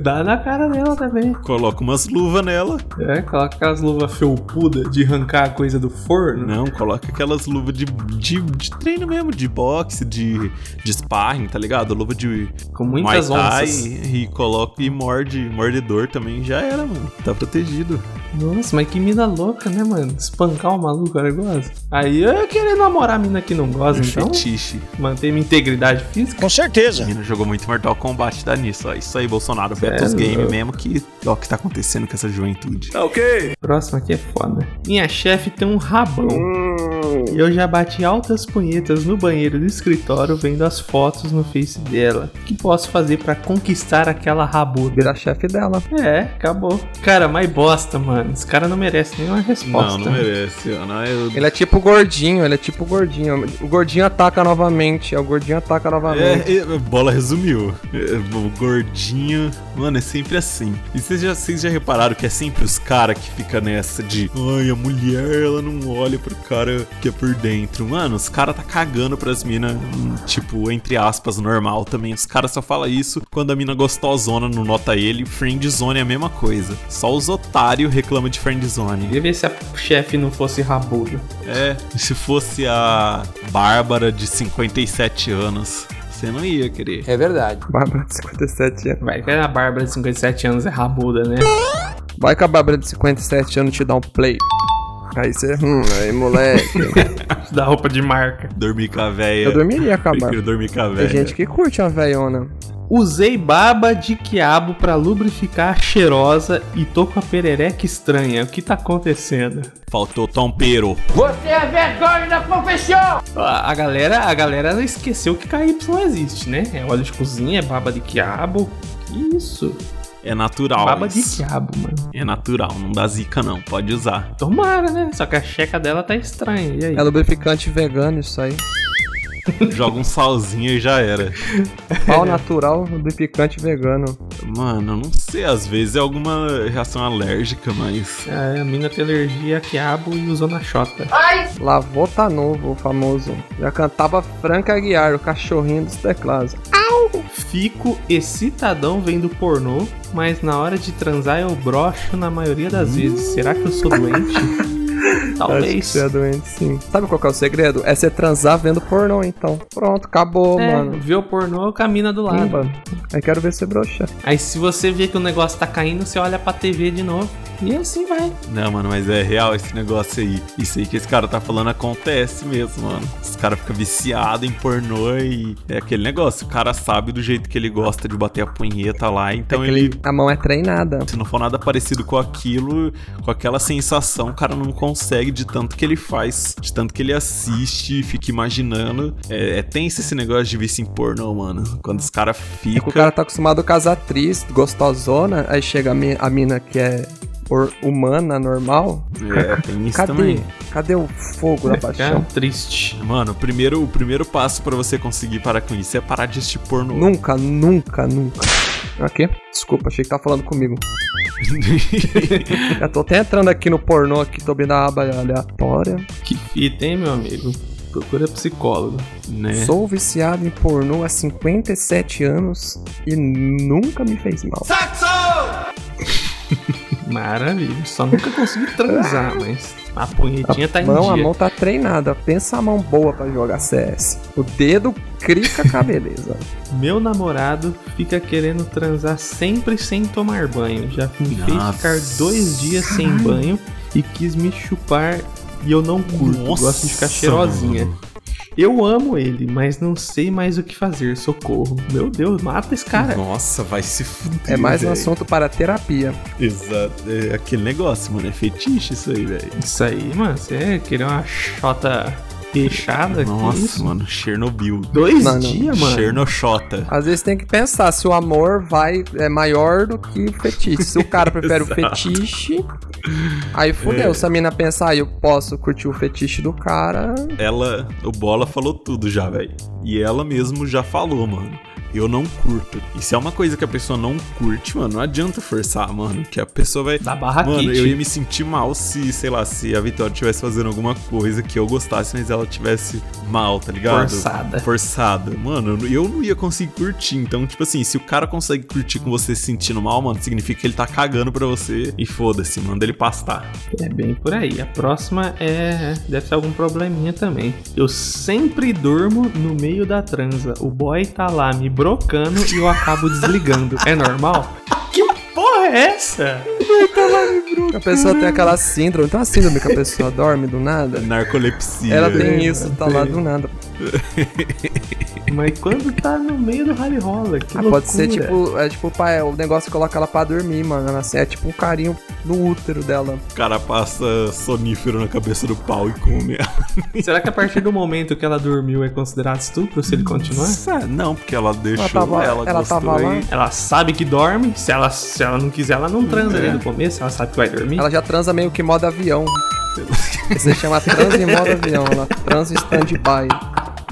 [SPEAKER 1] Dá na cara dela também.
[SPEAKER 2] Coloca umas luvas nela.
[SPEAKER 1] É, coloca aquelas luvas felpudas de arrancar a coisa do forno. né?
[SPEAKER 2] Não, coloca aquelas luvas de, de, de treino mesmo, de boxe, de, de sparring, tá ligado? Luva de
[SPEAKER 1] Com muitas
[SPEAKER 2] Muay Thai
[SPEAKER 1] onças.
[SPEAKER 2] e coloca e morde, mordedor também, já era, mano. Tá protegido.
[SPEAKER 1] Nossa, mas que mina louca, né, mano? Espancar o maluco agora goza. Aí eu ia querer namorar a mina que não goza,
[SPEAKER 2] Um
[SPEAKER 1] então. tá.
[SPEAKER 2] fetiche.
[SPEAKER 1] Manter minha integridade física.
[SPEAKER 8] Com
[SPEAKER 2] A
[SPEAKER 8] certeza.
[SPEAKER 2] mina jogou muito Mortal Kombat, dá nisso, ó. Isso aí, Bolsonaro, veta os
[SPEAKER 1] Sério?
[SPEAKER 2] games mesmo que... Ó, o que tá acontecendo com essa juventude.
[SPEAKER 8] Ok.
[SPEAKER 1] Próximo aqui é foda. Minha chefe tem um rabão. E eu já bati altas punhetas no banheiro do escritório vendo as fotos no Face dela. O que posso fazer pra conquistar aquela rabuda?
[SPEAKER 3] Vira chefe dela.
[SPEAKER 1] É, acabou. Cara, mais bosta, mano. Esse cara não merece nenhuma resposta.
[SPEAKER 2] Não, não merece, ó. Não, eu...
[SPEAKER 3] Ele é tipo gordinho, ele é tipo gordinho. O gordinho ataca novamente, é o gordinho ataca novamente.
[SPEAKER 2] É, é, bola resumiu. É, o gordinho. Mano, é sempre assim. E vocês já, vocês já repararam que é sempre os caras que fica nessa de. Ai, a mulher, ela não olha pro cara que é por dentro. Mano, os caras tá cagando pras minas, hum, tipo, entre aspas, normal também. Os caras só fala isso quando a mina gostosona não nota ele. Friendzone é a mesma coisa. Só os otários reclamam de friendzone.
[SPEAKER 1] Devia ver se a chefe não fosse rabuda.
[SPEAKER 2] É, se fosse a Bárbara de 57 anos, você não ia querer.
[SPEAKER 7] É verdade.
[SPEAKER 3] Bárbara de 57 anos.
[SPEAKER 1] Vai que a Bárbara de 57 anos é rabuda, né?
[SPEAKER 3] Vai que a Bárbara de 57 anos te dá um play. Aí você. Hum, aí moleque.
[SPEAKER 1] Da roupa de marca.
[SPEAKER 2] Dormir com a véia.
[SPEAKER 3] Eu dormiria com a
[SPEAKER 2] Prefiro
[SPEAKER 3] Bárbara.
[SPEAKER 2] dormir com a
[SPEAKER 3] Tem
[SPEAKER 2] véia.
[SPEAKER 3] gente que curte uma velhona.
[SPEAKER 1] Usei baba de quiabo pra lubrificar a cheirosa e tô com a perereca estranha. O que tá acontecendo?
[SPEAKER 2] Faltou tompeiro.
[SPEAKER 1] A a galera, a galera não esqueceu que KY existe, né? É óleo de cozinha, é baba de quiabo. Que isso?
[SPEAKER 2] É natural.
[SPEAKER 1] baba de
[SPEAKER 2] isso.
[SPEAKER 1] quiabo, mano.
[SPEAKER 2] É natural, não dá zica não, pode usar.
[SPEAKER 1] Tomara, né? Só que a checa dela tá estranha. E aí?
[SPEAKER 3] É lubrificante vegano isso aí.
[SPEAKER 2] Joga um salzinho e já era.
[SPEAKER 3] Pau natural, lubrificante vegano.
[SPEAKER 2] Mano, eu não sei, às vezes é alguma reação alérgica, mas.
[SPEAKER 1] É, a mina tem alergia a quiabo e usou na xota.
[SPEAKER 3] Lavou tá novo, o famoso. Já cantava Franca Aguiar, o cachorrinho dos teclados.
[SPEAKER 1] Fico excitadão vendo pornô, mas na hora de transar eu brocho na maioria das vezes. Será que eu sou doente?
[SPEAKER 3] Acho que
[SPEAKER 1] Talvez.
[SPEAKER 3] você é doente, sim. Sabe qual que é o segredo? É você transar vendo pornô, então. Pronto, acabou,
[SPEAKER 1] É,
[SPEAKER 3] mano.
[SPEAKER 1] vê o pornô, camina do lado.
[SPEAKER 3] Pimba. Aí quero ver você broxa.
[SPEAKER 1] Aí se você vê que o negócio tá caindo, você olha pra TV de novo. E assim vai.
[SPEAKER 2] Não, mano, mas é real esse negócio aí. Isso aí que esse cara tá falando acontece mesmo, mano. Os caras ficam viciados em pornô e. É aquele negócio, o cara sabe do jeito que ele gosta de bater a punheta lá, então ele
[SPEAKER 3] A mão é treinada.
[SPEAKER 2] Se não for nada parecido com aquilo, com aquela sensação, o cara não consegue de tanto que ele faz, de tanto que ele assiste, fica imaginando. É, é tenso esse negócio de vício em pornô, mano. Quando os caras
[SPEAKER 3] É que o
[SPEAKER 2] ficam.
[SPEAKER 3] cara tá acostumado com as atrizes, gostosona, aí chega a, mi- a mina que é or- humana, normal.
[SPEAKER 2] É, tem isso
[SPEAKER 3] Cadê?
[SPEAKER 2] também.
[SPEAKER 3] Cadê o fogo da
[SPEAKER 1] Fica
[SPEAKER 3] paixão?
[SPEAKER 1] triste.
[SPEAKER 2] Mano, o primeiro, o primeiro passo pra você conseguir parar com isso é parar de assistir pornô.
[SPEAKER 3] Nunca, nunca, nunca. Aqui? Desculpa, achei que tá falando comigo. Já tô até entrando aqui no pornô aqui, tô abrindo a aba aleatória.
[SPEAKER 1] Que fita, hein, meu amigo? Procura psicólogo.
[SPEAKER 2] né?
[SPEAKER 3] Sou viciado em pornô há 57 anos e nunca me fez mal.
[SPEAKER 1] Maravilha. Só nunca consegui transar, mas a punhetinha tá em
[SPEAKER 3] mão,
[SPEAKER 1] dia.
[SPEAKER 3] A mão tá treinada. Pensa a mão boa pra jogar CS. O dedo crica com a beleza.
[SPEAKER 1] Meu namorado fica querendo transar sempre sem tomar banho. Já me
[SPEAKER 2] Nossa.
[SPEAKER 1] fez ficar dois dias sem banho e quis me chupar e eu não curto.
[SPEAKER 2] Nossa,
[SPEAKER 1] Gosto de ficar cheirosinha.
[SPEAKER 2] mano.
[SPEAKER 1] Eu amo ele, mas não sei mais o que fazer. Socorro. Meu Deus, mata esse cara.
[SPEAKER 2] Nossa, vai se fuder.
[SPEAKER 3] É mais um
[SPEAKER 2] velho.
[SPEAKER 3] assunto para terapia.
[SPEAKER 2] Exato. É aquele negócio, mano. É fetiche isso aí, velho.
[SPEAKER 1] Isso aí, mano. Você é querer uma chota fechada? Que
[SPEAKER 2] Nossa,
[SPEAKER 1] isso?
[SPEAKER 2] mano. Chernobyl.
[SPEAKER 1] É Dois
[SPEAKER 3] Não, não.
[SPEAKER 1] dias, mano.
[SPEAKER 2] Chernochota.
[SPEAKER 3] Às vezes tem que pensar se o amor vai é maior do que o fetiche. Se o cara prefere o fetiche, aí fudeu. Se a mina pensar, ah, eu posso curtir o fetiche do cara.
[SPEAKER 2] Ela, o Bola falou tudo já, velho. E ela mesmo já falou, mano. Eu não curto. E se é uma coisa que a pessoa não curte, mano, não adianta forçar, mano. Que a pessoa vai.
[SPEAKER 1] Da barra
[SPEAKER 2] Mano,
[SPEAKER 1] kit.
[SPEAKER 2] eu ia me sentir mal se, sei lá, se a Vitória estivesse fazendo alguma coisa que eu gostasse, mas ela tivesse mal, tá ligado?
[SPEAKER 1] Forçada.
[SPEAKER 2] Forçada. Mano, eu não ia conseguir curtir. Então, tipo assim, se o cara consegue curtir com você se sentindo mal, mano, significa que ele tá cagando pra você. E foda-se, manda ele pastar.
[SPEAKER 1] É bem por aí. A próxima é. Deve ser algum probleminha também. Eu sempre durmo no meio da transa. O boy tá lá me brocando e eu acabo desligando. É normal? Que porra é essa?
[SPEAKER 3] A pessoa tem aquela síndrome. Então a síndrome que a pessoa dorme do nada.
[SPEAKER 2] Narcolepsia.
[SPEAKER 3] Ela
[SPEAKER 1] velho.
[SPEAKER 3] tem isso, tá lá do nada.
[SPEAKER 1] Mas quando tá no meio do rally rola? Que
[SPEAKER 3] Ah,
[SPEAKER 1] loucura.
[SPEAKER 3] pode ser tipo, é tipo, pai, o negócio que coloca ela pra dormir, mano. Ela, assim, é tipo um carinho no útero dela.
[SPEAKER 2] O cara passa sonífero na cabeça do pau e come.
[SPEAKER 1] Será que a partir do momento que ela dormiu é considerado estupro se ele continuar?
[SPEAKER 2] Nossa, é, não, porque ela deixou. Ela,
[SPEAKER 3] tava- ela
[SPEAKER 2] gostou
[SPEAKER 3] tava lá.
[SPEAKER 2] e-
[SPEAKER 1] Ela sabe que dorme. Se ela, se ela não quiser, ela não transa ali no começo. Ela sabe que vai dormir.
[SPEAKER 3] Ela já transa meio que modo avião. Você chama trans em modo avião, ela trans em stand-by.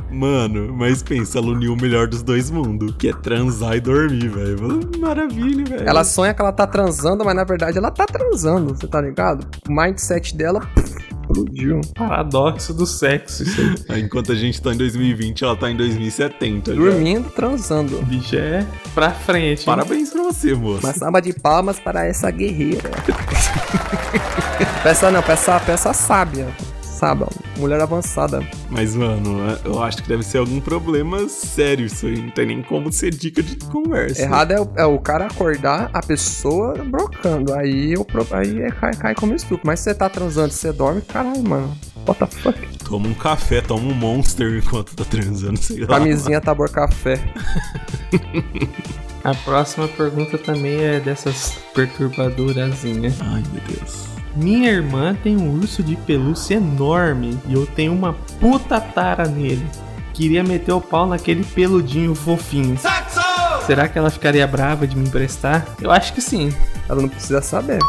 [SPEAKER 2] Mano, mas pensa, ela uniu o melhor dos dois mundos, que é transar e dormir, velho. Mano, Maravilha, velho.
[SPEAKER 3] Ela sonha que ela tá transando, mas na verdade ela tá transando, você tá ligado? O mindset dela pff, explodiu.
[SPEAKER 1] Paradoxo do sexo. Isso aí.
[SPEAKER 2] Aí, Enquanto a gente tá em 2020, ela tá em 2070. já.
[SPEAKER 3] Dormindo, transando.
[SPEAKER 1] Bicho é pra frente. hein?
[SPEAKER 2] Parabéns pra você, moço.
[SPEAKER 3] Uma salva de palmas para essa guerreira. peça não, peça, peça sábia. Sábia, mulher avançada.
[SPEAKER 2] Mas, mano, eu acho que deve ser algum problema sério isso aí. Não tem nem como ser dica de conversa.
[SPEAKER 3] Errado é o, é o cara acordar, a pessoa brocando. Aí, eu, pro- aí é, cai, cai como estupro. Mas se você tá transando, você dorme, caralho, mano. What the fuck?
[SPEAKER 2] Toma um café, toma um monster enquanto tá transando, sei lá.
[SPEAKER 3] Camisinha tabor café.
[SPEAKER 1] A próxima pergunta também é dessas perturbadorazinhas.
[SPEAKER 2] Ai, meu Deus.
[SPEAKER 1] Minha irmã tem um urso de pelúcia enorme e eu tenho uma puta tara nele. Queria meter o pau naquele peludinho fofinho. Será que ela ficaria brava de me emprestar? Eu acho que sim.
[SPEAKER 3] Ela não precisa saber.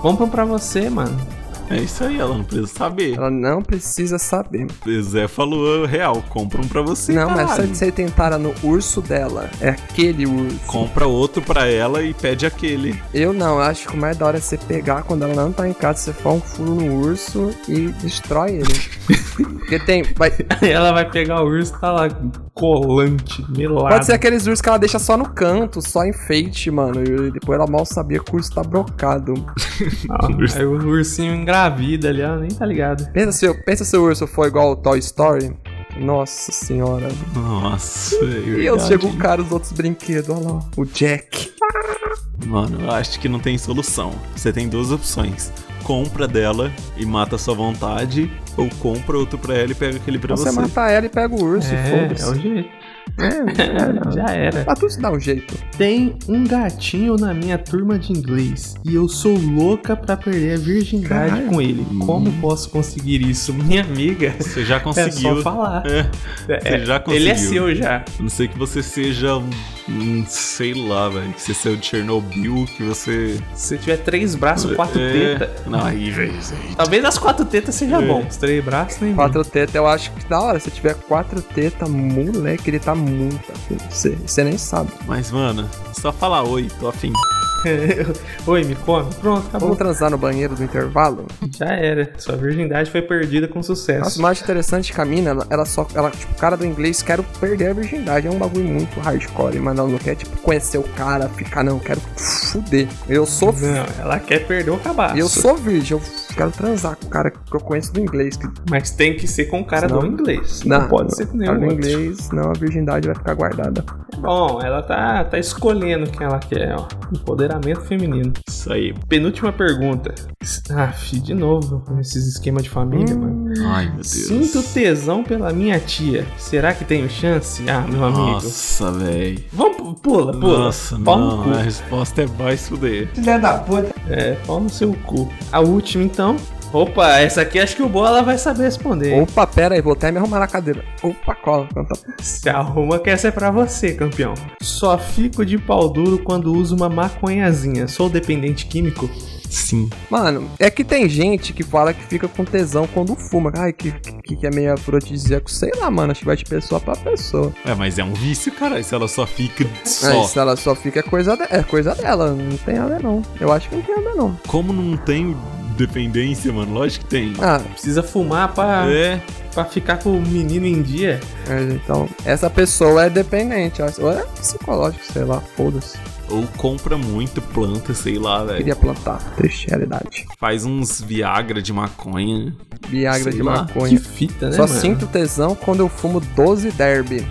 [SPEAKER 1] Compra pra você, mano.
[SPEAKER 2] É isso aí, ela não precisa saber.
[SPEAKER 3] Ela não precisa saber.
[SPEAKER 2] O Zé falou real, compra um pra você,
[SPEAKER 3] não, mas
[SPEAKER 2] caralho.
[SPEAKER 3] se você tentara no urso dela, é aquele urso.
[SPEAKER 2] Compra outro pra ela e pede aquele.
[SPEAKER 3] Eu não, eu acho que o mais da hora é você pegar quando ela não tá em casa, você faz um furo no urso e destrói ele. Porque tem. vai-
[SPEAKER 1] Ela vai pegar o urso tá lá colante, melado.
[SPEAKER 3] pode ser aqueles ursos que ela deixa só no canto, só enfeite, mano. E depois ela mal sabia que o urso tá brocado.
[SPEAKER 1] Ah, Aí o ursinho engravida ali, ela nem tá ligado.
[SPEAKER 3] Pensa se, eu- pensa se o urso for igual o Toy Story. Nossa senhora.
[SPEAKER 2] Nossa, é
[SPEAKER 3] E eu chego o cara os outros brinquedos, olha lá. O Jack.
[SPEAKER 2] Mano, eu acho que não tem solução. Você tem duas opções. Compra dela e mata a sua vontade, ou compra outro pra ela e pega aquele pra
[SPEAKER 3] Você
[SPEAKER 2] você.
[SPEAKER 3] mata ela e pega o urso,
[SPEAKER 1] É, é o
[SPEAKER 3] foda-se.
[SPEAKER 1] jeito.
[SPEAKER 3] É,
[SPEAKER 1] Já era.
[SPEAKER 3] Pra tudo se dá um jeito.
[SPEAKER 1] Tem um gatinho na minha turma de inglês e eu sou louca pra perder a virgindade
[SPEAKER 3] Caralho.
[SPEAKER 1] com ele. Como posso conseguir isso? Minha amiga,
[SPEAKER 2] Você já
[SPEAKER 1] é
[SPEAKER 2] conseguiu.
[SPEAKER 1] só falar. É,
[SPEAKER 2] Você já conseguiu.
[SPEAKER 1] ele é seu já.
[SPEAKER 2] A não ser que você seja um. um, sei lá, velho. Que você saiu de Chernobyl, que você.
[SPEAKER 1] Se você tiver três braços, quatro
[SPEAKER 2] É.
[SPEAKER 1] tetas.
[SPEAKER 2] Não, aí, velho. isso aí.
[SPEAKER 1] Talvez as quatro tetas seja
[SPEAKER 2] É.
[SPEAKER 1] bom. Os três braços nem.
[SPEAKER 3] Quatro tetas, eu acho que da hora. Se tiver quatro tetas, tá moleque, ele tá muito afim de você. Você nem sabe.
[SPEAKER 2] Mas, mano, só falar oi, tô afim.
[SPEAKER 1] Oi, me come. Pronto, acabou.
[SPEAKER 3] Vamos transar no banheiro do intervalo?
[SPEAKER 1] Já era. Sua virgindade foi perdida com sucesso.
[SPEAKER 3] Nossa, o mais interessante é que a mina, ela, ela só. Ela, tipo, o cara do inglês quero perder a virgindade. É um bagulho muito hardcore, mas ela não quer, tipo, conhecer o cara, ficar, não, quero fuder. Eu sou.
[SPEAKER 1] Não, ela quer perder o cabaço.
[SPEAKER 3] Eu sou virgem, eu quero transar com o cara que eu conheço do inglês. que-
[SPEAKER 1] Mas tem que ser com o cara
[SPEAKER 3] Senão-
[SPEAKER 1] do inglês. Não,
[SPEAKER 3] Não,
[SPEAKER 1] pode ser com
[SPEAKER 3] cara
[SPEAKER 1] nenhum
[SPEAKER 3] do
[SPEAKER 1] outro.
[SPEAKER 3] inglês, não, a virgindade vai ficar guardada.
[SPEAKER 1] Bom, ela tá, tá escolhendo quem ela quer, ó. Empoderamento feminino.
[SPEAKER 2] Isso aí.
[SPEAKER 1] Penúltima pergunta. Ah, fi, de novo, esses esquemas de família, mano.
[SPEAKER 2] Ai, Hum, meu Deus.
[SPEAKER 1] Sinto tesão pela minha tia. Será que tenho chance? Ah, meu amigo.
[SPEAKER 2] Nossa, velho.
[SPEAKER 1] Vamos, pu- pula, pula.
[SPEAKER 2] Nossa,
[SPEAKER 1] pau no
[SPEAKER 2] não.
[SPEAKER 1] cu.
[SPEAKER 2] A resposta é vai se fuder.
[SPEAKER 4] Filha da puta.
[SPEAKER 1] É, pau no seu cu. A última, então. Opa, essa aqui acho que o Bola vai saber responder. hein?
[SPEAKER 3] Opa, pera aí, vou até me arrumar na cadeira. Opa, cola. então tá Canta...
[SPEAKER 1] Se arruma que essa é pra você, campeão. Só fico de pau duro quando uso uma maconhazinha. Sou dependente químico?
[SPEAKER 2] Sim.
[SPEAKER 3] Mano, é que tem gente que fala que fica com tesão quando fuma. Ai, que, que, que é meio afrodisíaco. Sei lá, mano, acho que vai de pessoa pra pessoa.
[SPEAKER 2] É, mas é um vício, cara. Se ela só fica só.
[SPEAKER 3] Aí, se ela só fica, é coisa, de- é coisa dela. Não tem nada não. Eu acho que não tem nada não.
[SPEAKER 2] Como não tem dependência, mano? Lógico que tem.
[SPEAKER 3] Ah,
[SPEAKER 1] Precisa fumar pra,
[SPEAKER 2] É.
[SPEAKER 1] pra ficar com o menino em dia?
[SPEAKER 3] mas então, essa pessoa é dependente. ó. Ou é psicológico, sei lá, foda-se.
[SPEAKER 2] Ou compra muito planta, sei lá, velho.
[SPEAKER 3] Queria plantar. Triste realidade.
[SPEAKER 2] Faz uns Viagra de maconha.
[SPEAKER 3] Viagra
[SPEAKER 2] Sei
[SPEAKER 3] de
[SPEAKER 2] lá,
[SPEAKER 1] Que
[SPEAKER 3] maconha.
[SPEAKER 1] fita, né,
[SPEAKER 3] Só
[SPEAKER 1] mano?
[SPEAKER 3] sinto tesão quando eu fumo 12 derby.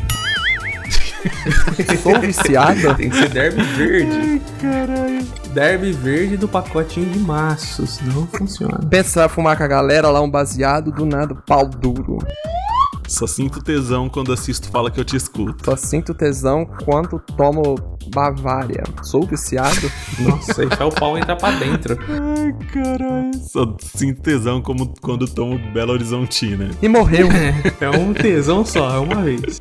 [SPEAKER 3] Sou viciado?
[SPEAKER 1] Tem que ser derby verde. caralho. Derby verde do pacotinho de maços. Não funciona.
[SPEAKER 3] Pensa em fumar com a galera lá, um baseado, do nada, pau duro.
[SPEAKER 2] Só sinto tesão quando assisto Fala Que Eu Te Escuto.
[SPEAKER 3] Só sinto tesão quando tomo Bavária. Sou viciado?
[SPEAKER 1] Nossa, deixar o pau entrar pra dentro.
[SPEAKER 2] Ai, caralho. Só sinto tesão como quando tomo Belo né? Horizontina.
[SPEAKER 3] E morreu.
[SPEAKER 1] É um tesão só, é uma vez.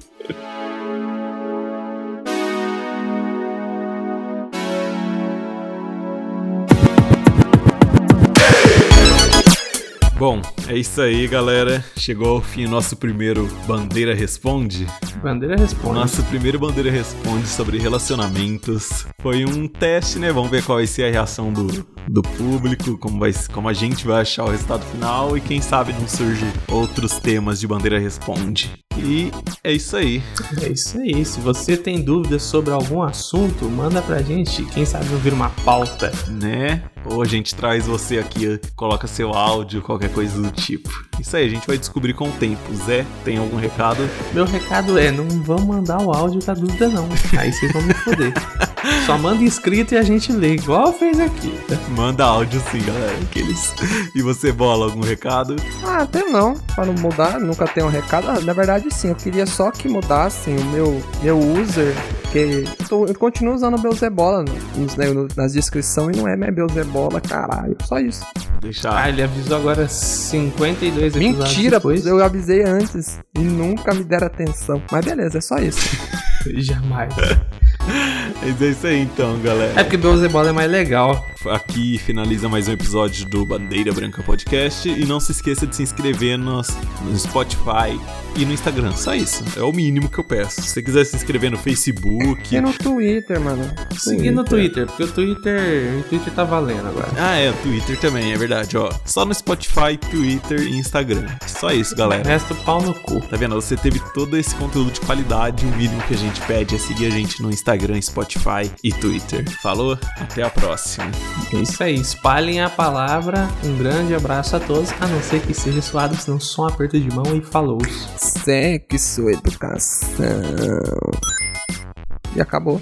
[SPEAKER 2] Bom, é isso aí, galera. Chegou ao fim o nosso primeiro Bandeira Responde.
[SPEAKER 1] Bandeira responde.
[SPEAKER 2] Nosso primeiro Bandeira Responde sobre relacionamentos. Foi um teste, né? Vamos ver qual vai ser a reação do, do público, como, vai, como a gente vai achar o resultado final e quem sabe não surge outros temas de Bandeira Responde. E é isso aí.
[SPEAKER 1] É isso aí. Se você tem dúvidas sobre algum assunto, manda pra gente. Quem sabe ouvir uma pauta.
[SPEAKER 2] né? Ou a gente traz você aqui, coloca seu áudio, qualquer coisa do tipo. Isso aí, a gente vai descobrir com o tempo. Zé, tem algum recado?
[SPEAKER 1] Meu recado é: não vão mandar o áudio da dúvida, não. tá? Aí vocês vão me foder. Só manda escrito e a gente lê, igual fez aqui.
[SPEAKER 2] Manda áudio sim, galera. Aqueles... E você bola algum recado?
[SPEAKER 3] ah, até não. Pra não mudar, nunca tem um recado. Ah, na verdade, sim. Eu queria só que mudassem o meu, meu user. Porque eu tô- eu continuo usando o Beuzebola nos, né, no- nas descrições e não é minha Beuzebola, caralho. Só isso.
[SPEAKER 1] Ah,
[SPEAKER 2] Deixar.
[SPEAKER 1] ele avisou agora 52 episódios
[SPEAKER 3] Mentira,
[SPEAKER 1] depois.
[SPEAKER 3] eu avisei antes e nunca me deram atenção. Mas beleza, é só isso.
[SPEAKER 1] Jamais.
[SPEAKER 2] Mas é isso aí então, galera.
[SPEAKER 1] É porque Beelzebola é mais legal.
[SPEAKER 2] Aqui finaliza mais um episódio do Bandeira Branca Podcast. E não se esqueça de se inscrever nos, no Spotify e no Instagram. Só isso. É o mínimo que eu peço. Se você quiser se inscrever no Facebook.
[SPEAKER 3] E no Twitter, mano.
[SPEAKER 1] Seguir
[SPEAKER 3] é.
[SPEAKER 1] no Twitter, porque o Twitter, o Twitter tá valendo agora.
[SPEAKER 2] Ah, é, Twitter também, é verdade, ó. Só no Spotify, Twitter e Instagram. Só isso, galera.
[SPEAKER 1] Resta o pau no cu.
[SPEAKER 2] Tá vendo? Você teve todo esse conteúdo de qualidade. O mínimo que a gente pede é seguir a gente no Instagram, Spotify e Twitter. Falou? Até a próxima.
[SPEAKER 1] É isso aí, espalhem a palavra. Um grande abraço a todos, a não ser que seja suado, senão só um aperto de mão e falou.
[SPEAKER 3] Sexo, educação. E acabou.